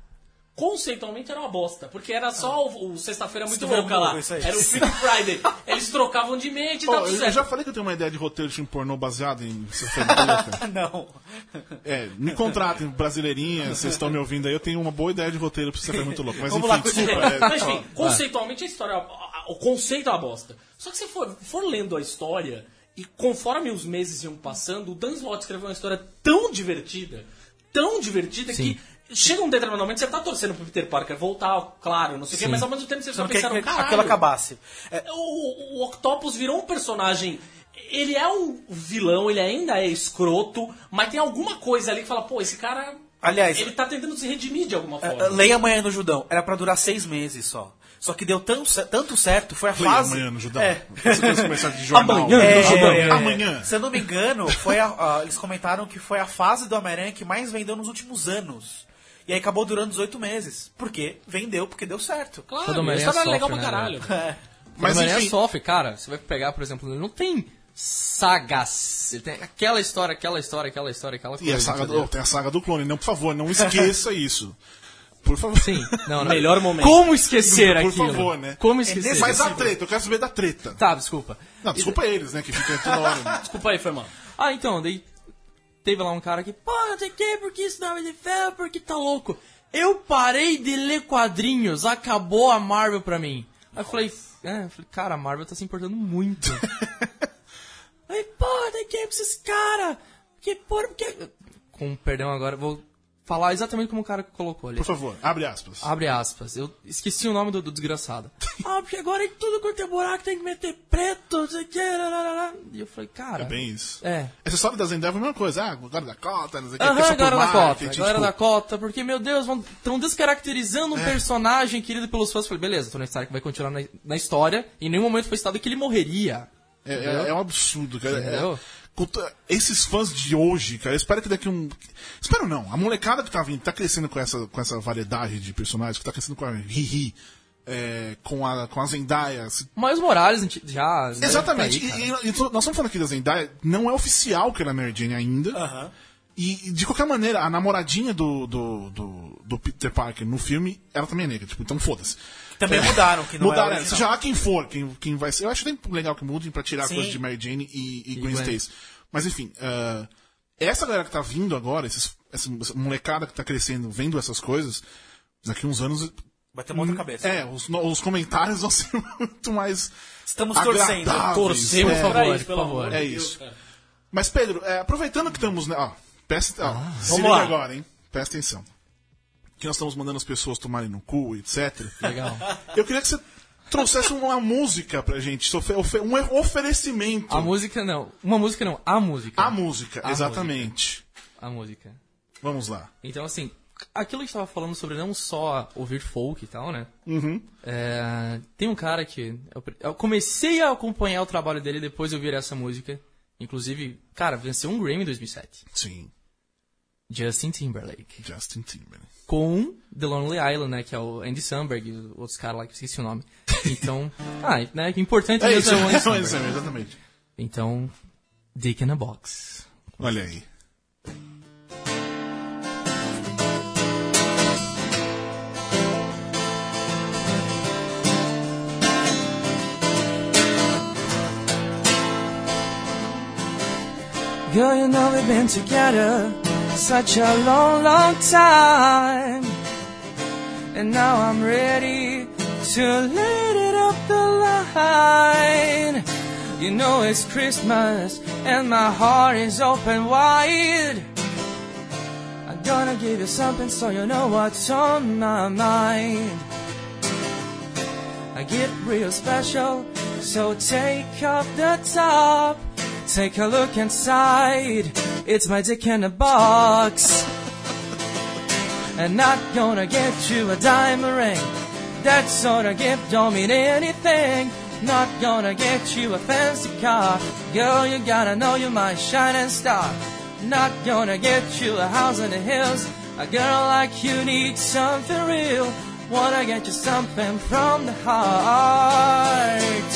S4: conceitualmente era uma bosta, porque era só o, o Sexta-feira é Muito
S5: Estou
S4: Louca lá.
S5: louco, isso aí.
S4: Era o Freak Friday. Eles trocavam de meia e
S6: tá
S3: Ó,
S4: dava
S3: eu- eu
S4: certo.
S3: já falei que eu tenho uma ideia de roteiro de filme pornô baseado em sexta-feira.
S5: Não.
S3: É, me contratem, brasileirinha, vocês estão me ouvindo aí, eu tenho uma boa ideia de roteiro pra você ficar muito louco. Mas
S5: Vamos
S3: enfim,
S5: lá,
S3: desculpa.
S4: É,
S3: é,
S4: Mas
S3: ó,
S4: enfim, conceitualmente a história. a- a- O conceito é uma bosta. Só que se for, for lendo a história, e conforme os meses iam passando, o Dan Slott escreveu uma história tão divertida, tão divertida que. Chega um determinado momento, você tá torcendo pro Peter Parker voltar, claro, não sei o quê, mas ao mesmo tempo você só
S5: Não queria
S4: pensaram,
S5: que
S4: caralho,
S5: aquilo acabasse. É,
S4: o, o Octopus virou um personagem. Ele é um vilão, ele ainda é escroto, mas tem alguma coisa ali que fala, pô, esse cara.
S5: Aliás-
S4: ele tá tentando se redimir de alguma
S5: é,
S4: forma.
S5: Leia Amanhã no Judão. Era pra durar seis meses só. Só que deu tão ce- tanto certo, foi a
S3: Leia
S5: fase...
S3: amanhã no Judão.
S5: É.
S3: Você tem que começar de jornal.
S4: Amanhã no
S5: É,
S4: Judão.
S5: é,
S3: Amanhã.
S5: Se eu não me engano, foi a- a- eles comentaram que foi a fase do Homem-Aranha que mais vendeu nos últimos anos. E aí acabou durando 18 meses. Por quê? Vendeu porque deu certo. É.
S6: Quando
S4: Claro, a
S6: a Maria
S4: história é
S6: sofre,
S4: legal pra
S6: né,
S4: caralho.
S3: Mas
S6: Mas Homem-Aranha
S3: enfim,
S6: sofre, cara. Você vai pegar, por exemplo, ele não tem sagas. Ele tem aquela história, aquela história, aquela história, aquela
S3: e
S6: coisa.
S3: a saga do,
S6: entendeu?
S3: tem a saga do clone, não, por favor, não esqueça isso. Por favor.
S6: Sim, não, não.
S4: Melhor momento.
S6: Como esquecer
S3: Por
S6: aquilo?
S3: favor, né?
S6: Como esquecer?
S3: Mas a treta, eu quero saber da treta.
S6: É, Tá, desculpa.
S3: Não, desculpa eles, né, que ficam toda hora.
S4: Desculpa aí, foi mal.
S6: Ah, então, daí teve lá um cara que, pô, não sei o que, porque isso não é de ferro, porque tá louco. Eu parei de ler quadrinhos, acabou a Marvel pra mim. Aí eu falei, é, eu falei, cara, a Marvel tá se importando muito. Aí, pô, tem que ir pra esses caras. Que porra, porque. Com perdão agora, vou falar exatamente como o cara colocou ali.
S3: Por favor, abre aspas.
S6: Abre aspas. Eu esqueci o nome do, do desgraçado. ah, porque agora em tudo quanto é buraco tem que meter preto, não sei o que. rararara. E eu falei, cara.
S3: É bem isso.
S6: É.
S3: Essa história da Zendaya é a mesma coisa. Ah, agora da cota, não sei o que.
S6: Aham,
S3: porque é só por
S6: galera da cota.
S3: marketing,
S6: Galera
S3: tipo, É.
S6: da cota, porque, meu Deus, estão descaracterizando um personagem querido pelos fãs. Eu Falei, beleza, Tony Stark vai continuar na, na história. Em nenhum momento foi citado que ele morreria.
S3: É, é- é um absurdo, cara. É-
S6: Entendeu?
S3: cultu- esses fãs de hoje, cara, eu espero que daqui um. Espero não. A molecada que tá vindo, tá crescendo com essa, com essa variedade de personagens, que tá crescendo com a Riri, é, com, a, com a Zendaya. se-
S6: Mas Morales anti- já. né,
S3: Exatamente.
S6: tá aí, cara.
S3: E- e- e nós estamos falando aqui da Zendaya, não é oficial que ela é Mary Jane ainda. E, e, de qualquer maneira, a namoradinha do, do, do, do Peter Parker no filme, ela também é negra, tipo, então foda-se.
S5: Também mudaram, que não
S3: Mudaram,
S5: é
S3: seja
S5: original.
S3: já quem for, quem, quem vai ser. Eu acho bem legal que mudem pra tirar
S5: Sim.
S3: coisas de Mary Jane e, e Gwen
S6: Gwen.
S3: Stacy. Mas enfim, ah, essa galera que tá vindo agora, esses, essa essa molecada que tá crescendo, vendo essas coisas, daqui uns anos.
S5: Vai ter uma outra cabeça.
S3: É, os, no- os comentários vão ser muito mais.
S5: Estamos torcendo.
S3: agradáveis. É,
S4: Torcer, por favor,
S6: isso,
S4: por
S6: pelo amor
S4: favor.
S6: de
S3: É isso. Mas, Pedro, é, aproveitando que estamos. né, Ó, presta, ó,
S6: Ah,
S3: se
S4: vamos
S3: liga
S4: lá.
S3: agora, hein? Presta atenção. Que nós estamos mandando as pessoas tomarem no cu, etc.
S6: Legal.
S3: Eu queria que você trouxesse uma música pra gente, se ofe- ofe- um e- oferecimento.
S6: A música não. Uma música não, a música.
S3: A música, exatamente.
S6: A música.
S3: Vamos lá.
S6: Então, assim, aquilo que a gente tava falando sobre não só ouvir folk e tal, né?
S3: Uhum.
S6: É, tem um cara que. Eu, pre- eu comecei a acompanhar o trabalho dele depois de ouvir essa música. Inclusive, cara, venceu um Grammy em 2007.
S3: Sim,
S6: Justin Timberlake.
S3: Justin Timberlake.
S6: Com The Lonely Island, né? Que é o Andy Samberg e outros caras lá que eu esqueci o nome. Então, ah, né? Que importante
S3: É
S6: mesmo
S3: isso,
S6: o Andy
S3: é isso,
S6: Samberg.
S3: mesmo, exatamente.
S6: Então, Dick in a Box.
S3: Olha aí.
S7: Girl, you know we've been together such a long, long time. And now I'm ready to let it up the line. You know it's Christmas and my heart is open wide. I'm gonna give you something so you know what's on my mind. I get real special, so take off the top. Take a look inside, it's my dick in a box. And not gonna get you a diamond ring. That sort of gift don't mean anything. Not gonna get you a fancy car. Girl, you gotta know you're my shining star. Not gonna get you a house in the hills. A girl like you needs something real. Wanna get you something from the heart.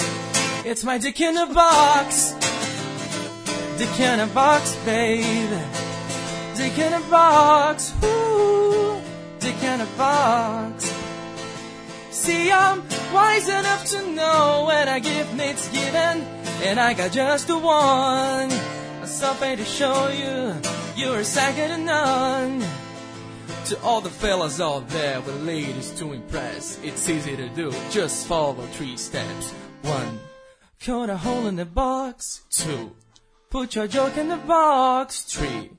S7: It's my dick in a box. Dick in a box, baby. Dick in a box. Ooh. Dick stick in a box. See, I'm wise enough to know when I give, Nate's given, and I got just the one. Something to show you, you're second to none. To all the fellas out there with ladies to impress, it's easy to do. Just follow three steps. One, cut a hole in the box. Two, put your joke in the box. Three,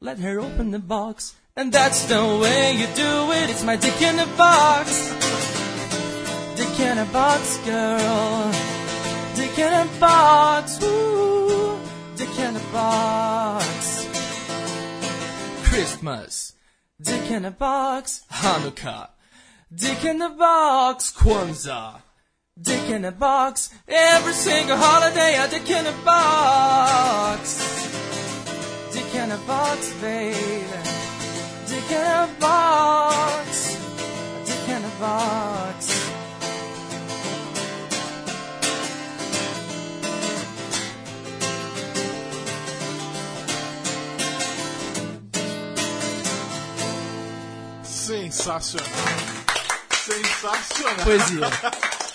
S7: let her open the box. And that's the way you do it. It's my dick in a box. Dick in a box, girl. Dick in a box. Ooh, dick in a box. Christmas. Dick in a box. Hanukkah. Dick in a box. Kwanzaa. Dick in a box. Every single holiday, a dick in a box. Dick in a box, babe. Dick in a box. Dick in a box.
S3: Sensacional. Sensacional.
S6: Poesia.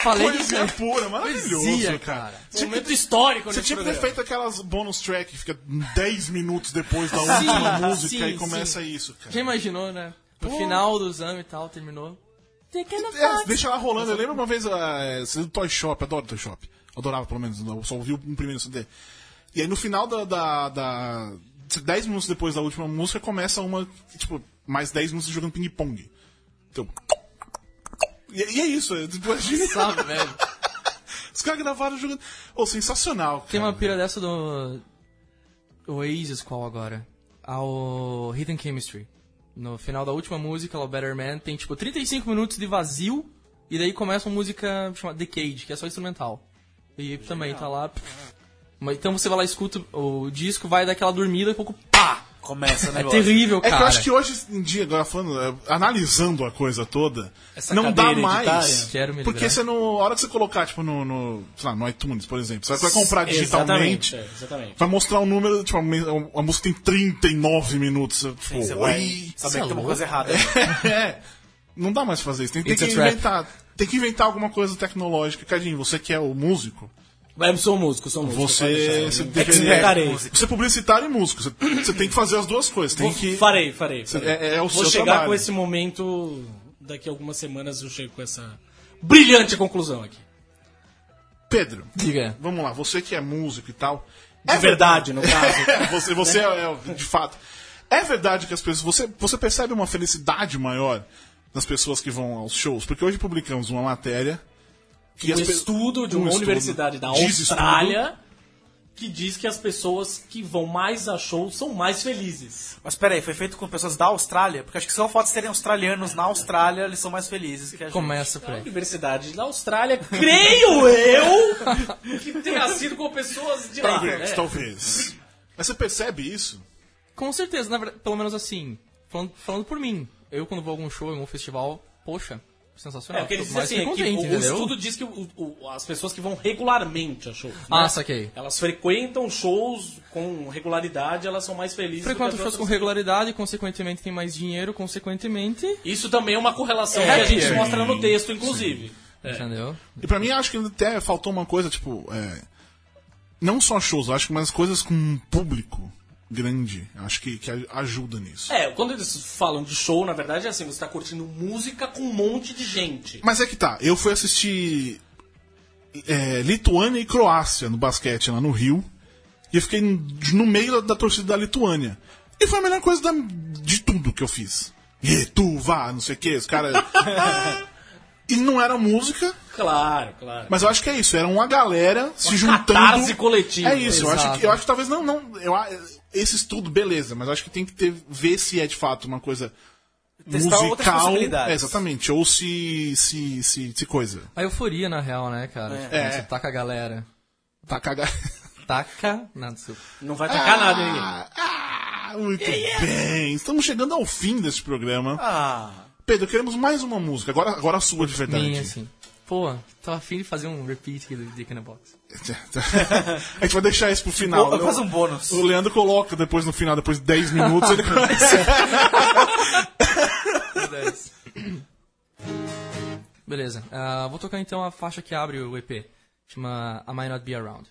S6: Falei que é
S3: Poesia pura, maravilhoso, cara.
S6: Poesia, cara.
S3: Você tinha que
S4: Momento
S3: ter-
S6: né,
S4: histórico
S3: Você
S4: nesse
S6: é.
S3: tinha que ter
S4: programa.
S3: feito aquelas bônus track que fica 10 minutos depois da última música
S6: sim,
S3: e começa isso, cara.
S6: Já imaginou, né? No final do exame e tal, terminou. Dick in a
S3: É,
S6: box.
S3: deixa lá rolando. Eu lembro uma vez ah, é, CD do Toy Shop, adoro Toy Shop. Adorava, pelo menos, eu só ouvi um primeiro CD. E aí no final da. da, da 10 minutos depois da última música começa uma, tipo, mais 10 minutos jogando ping-pong. Então. E, e é isso, é, tipo, é genial.
S6: Sabe, velho?
S3: Os caras gravaram jogando. Ô, sensacional.
S6: Tem
S3: cara.
S6: uma pira dessa do Oasis qual agora? Ao Hidden Chemistry. No final da última música, lá, o Better Man, tem tipo 35 minutos de vazio e daí começa uma música chamada Decade, que é só instrumental. E também tá lá. pff. Mas Então você vai lá, escuta o disco, vai dar aquela dormida e pouco pá!
S5: Ah, Começa o
S6: É
S5: negócio.
S6: terrível,
S3: É
S6: cara.
S3: que eu acho que hoje em dia, agora falando, é, analisando a coisa toda,
S4: Essa
S3: não dá
S4: cadeira
S3: mais.
S4: hereditária.
S6: Quero me
S3: Porque
S6: livrar.
S3: você não. A hora que você colocar, tipo, no, no. Sei lá, no iTunes, por exemplo, você vai comprar digitalmente.
S4: Exatamente, é, exatamente.
S3: Vai mostrar o número, tipo, a, a música tem 39 minutos. Tipo,
S5: Você vai
S3: oi.
S5: saber que tem uma coisa errada.
S3: É. Não dá mais pra fazer isso. Tem, tem
S6: It's
S3: que
S6: a trap.
S3: inventar. Tem que inventar alguma coisa tecnológica. Cadinho, você que é o músico,
S4: Mas eu sou músico, sou músico. pode deixar, É
S3: você. é
S4: né? eu
S3: Você,
S4: não-
S3: deveria-
S4: Experimentarei.
S3: você é publicitário e músico. Você, você tem que fazer as duas coisas. Tem
S4: Vou-
S3: que.
S4: Farei, farei. farei.
S3: É- é o
S4: Vou
S3: seu
S4: chegar
S3: trabalho.
S4: com esse momento, daqui a algumas semanas eu chego com essa brilhante conclusão aqui.
S3: Pedro.
S6: Diga.
S3: Vamos lá, você que é músico e tal.
S4: De É verdade, no caso.
S3: É, você você é, é, de fato. É verdade que as pessoas. Você, você percebe uma felicidade maior nas pessoas que vão aos shows? Porque hoje publicamos uma matéria. Que
S4: um
S3: as pe-
S4: estudo de uma
S3: estudo.
S4: universidade da
S3: Diz estudo.
S4: Austrália que diz que as pessoas que vão mais a shows são mais felizes.
S5: Mas peraí, foi feito com pessoas da Austrália? Porque acho que só o fato de serem australianos na Austrália, eles são mais felizes que a gente.
S6: Começa por
S4: A
S6: aí.
S4: Universidade da Austrália, creio eu, que tenha sido com pessoas de lá.
S3: Talvez,
S4: né?
S3: talvez. Mas você percebe isso?
S6: Com certeza, na verdade, pelo menos assim, falando, falando por mim, eu quando vou a algum show, em algum festival, poxa, sensacional.
S4: É, o que ele
S6: Tô
S4: diz
S6: mais
S4: assim, é que
S6: contente,
S4: o- o,
S6: entendeu?
S4: estudo diz que o- o- as pessoas que vão regularmente a shows,
S6: Ah,
S4: né?
S6: saquei.
S4: elas frequentam shows com regularidade, elas são mais felizes. do que
S6: Frequenta
S4: as
S6: shows com
S4: outras.
S6: regularidade, consequentemente tem mais dinheiro, consequentemente.
S4: Isso também é uma correlação que a
S6: Happier.
S4: gente mostra no texto, inclusive.
S3: É.
S6: Entendeu?
S3: E pra mim, acho que até faltou uma coisa, tipo. é, não só shows, eu acho que umas coisas com um público grande. eu Acho que, que ajuda nisso.
S4: É, quando eles falam de show, na verdade é assim, você tá curtindo música com um monte de gente.
S3: Mas é que tá, eu fui assistir é, Lituânia e Croácia no basquete lá no Rio. E eu fiquei no meio da, da torcida da Lituânia. E foi a melhor coisa da- de tudo que eu fiz. E tu vá, não sei o que, os caras. e não era música,
S4: Claro, claro.
S3: mas eu acho que é isso, era uma galera se juntando.
S4: catarse coletiva.
S3: É isso, eu acho,
S6: Exato.
S3: que, eu acho que talvez não. não eu, a- esse estudo, beleza, mas eu acho que tem que ter, ver se é de fato uma coisa
S5: Testar outras
S3: musical.
S5: possibilidades.
S3: É, exatamente, ou se. se, se, se coisa.
S6: A euforia, na real, né, cara? Tipo,
S3: É.
S6: quando Você taca a galera.
S3: Tá cagado.
S6: Taca. Não, desculpa.
S4: Não vai
S5: Tá
S4: tacar nada em ninguém.
S3: Ah, muito bem. Estamos chegando ao fim deste programa.
S5: Ah,
S3: Pedro, queremos mais uma música. Agora, agora a sua de verdade.
S6: Minha, assim. Pô, tô afim de fazer um repeat aqui do Dick in a Box.
S3: A gente vai deixar isso pro final.
S5: é quase um bônus.
S3: O Leandro coloca depois no final, depois de 10 minutos, ele começa.
S6: Beleza. ah, vou tocar então a faixa que abre o EP. Chama I Might Not Be Around.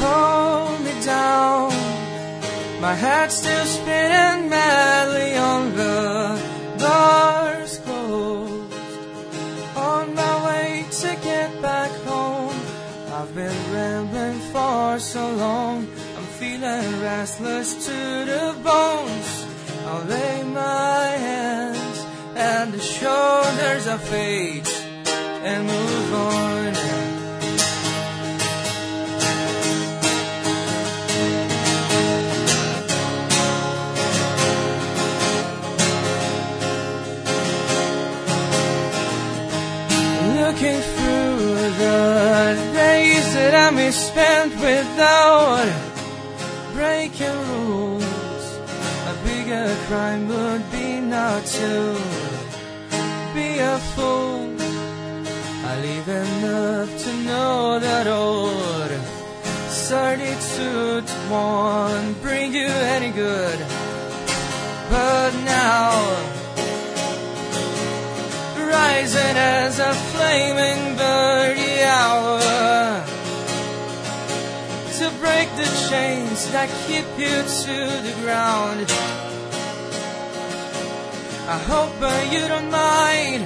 S7: hold me down. My head's still spinning madly on the bars closed. On my way to get back home, I've been rambling for so long. I'm feeling restless to the bones. I'll lay my hands on the shoulders of fate and move on. Looking through the days that I may spend without breaking rules. A bigger crime would be not to be a fool. I live enough to know that old certitude won't bring you any good. But now rising as a flaming birdie hour to break the chains that keep you to the ground. I hope uh, you don't mind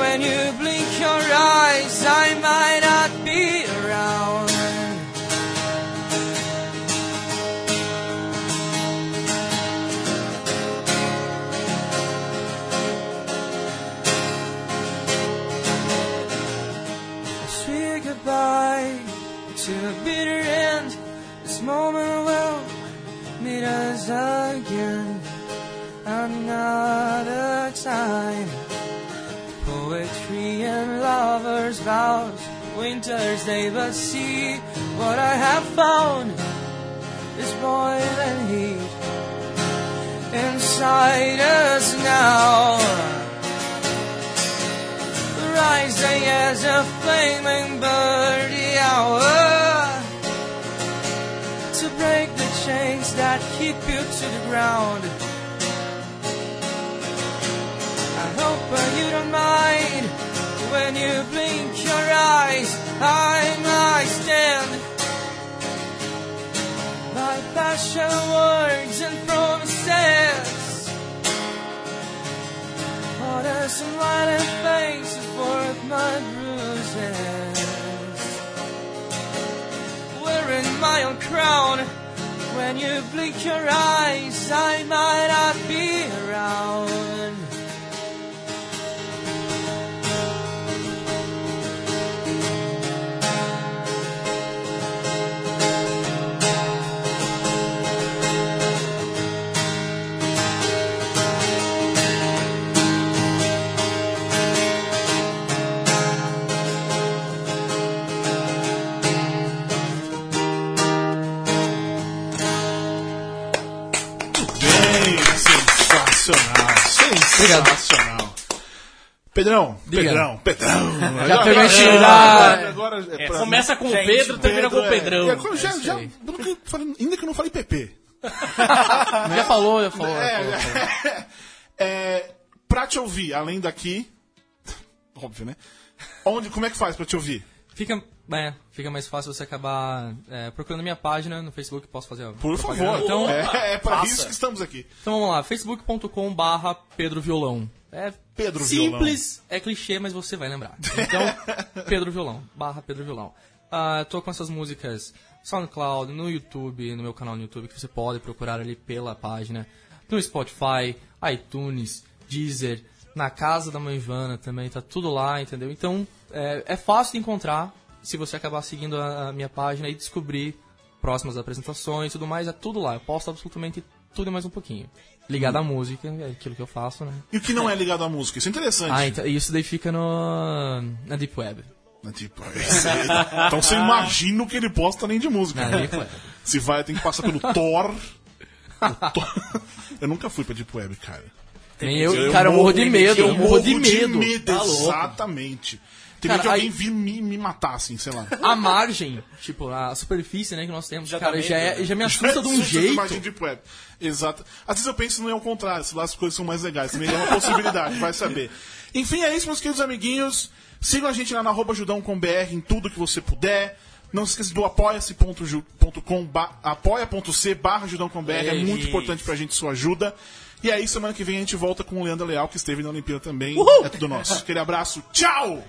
S7: when you blink your eyes. I might not be around. I swear goodbye to the bitter end. This moment will meet us again another time. Poetry and lovers' vows, winter's day, but see what I have found is boiling heat inside us now rising as a flaming birdie hour to break the chains that keep you to the ground. I hope uh, you don't mind when you blink your eyes. I might stand by passion words and promises. Oh, there's some light and things worth my bruises. Wearing my own crown, when you blink your eyes, I might not be around.
S3: Bem, sensacional. Sensacional. Pedrão, Pedrão, Pedrão. Já
S6: pegou a
S3: agora, agora, é pra-
S4: Começa com o
S5: Gente,
S4: Pedro, termina com o
S3: é.
S4: Pedrão.
S3: E agora já- já- eu nunca falei- ainda que eu não falei PP.
S6: Já falou, já falou. já falou.
S3: É, é, pra te ouvir, além daqui. Óbvio, né? Onde, como é que faz pra te ouvir?
S6: Fica, é, fica mais fácil você acabar é, procurando minha página no Facebook, posso fazer a
S3: Por
S6: propaganda?
S3: favor.
S6: Então,
S3: é, é pra
S4: faça.
S3: isso que estamos aqui.
S6: então vamos lá, facebook.com barra Pedro Violão. É
S3: Pedro
S6: simples, é clichê, mas você vai lembrar. Então, Pedro Violão, barra Pedro Violão. Ah, eu tô com essas músicas SoundCloud, no YouTube, no meu canal no YouTube, que você pode procurar ali pela página, no Spotify, iTunes, Deezer, na casa da mãe Ivana também, tá tudo lá, entendeu? Então é, é fácil de encontrar se você acabar seguindo a, a minha página e descobrir próximas apresentações e tudo mais, é tudo lá. Eu posto absolutamente tudo e mais um pouquinho. Ligado à música, é aquilo que eu faço, né?
S3: E o que não é ligado à música? Isso é interessante.
S6: Ah, então, isso daí fica no, na Deep Web.
S3: Né, Tipo, isso aí. então você imagina o que ele posta nem de música.
S6: Na Deep Web.
S3: Se vai, tem que passar pelo Thor. O Thor. Eu nunca fui pra Deep Web, cara.
S6: Nem eu, cara, eu morro de medo, eu morro de medo. Tá louco.
S3: exatamente. Teria
S6: Cara,
S3: que alguém
S6: aí-
S3: vir me, me matar, assim, sei lá.
S6: A margem, tipo, a superfície, né, que nós temos,
S5: Já dá
S6: cara,
S5: medo,
S6: já, é-
S5: né?
S6: já me assusta de um
S3: Assusta
S6: jeito.
S3: imagem Deep Web. Exato. Às vezes eu penso não é o contrário, se lá as coisas são mais legais. Também é uma possibilidade, vai saber. Enfim, é isso, meus queridos amiguinhos. Sigam a gente lá na arroba Judão com BR em tudo que você puder. Não se esqueça do apoia.se.com ba- apoia.c barra Judão com BR. É muito importante pra gente sua ajuda. E aí, semana que vem a gente volta com o Leandro Leal, que esteve na Olimpíada também. É tudo nosso. Aquele abraço. Tchau!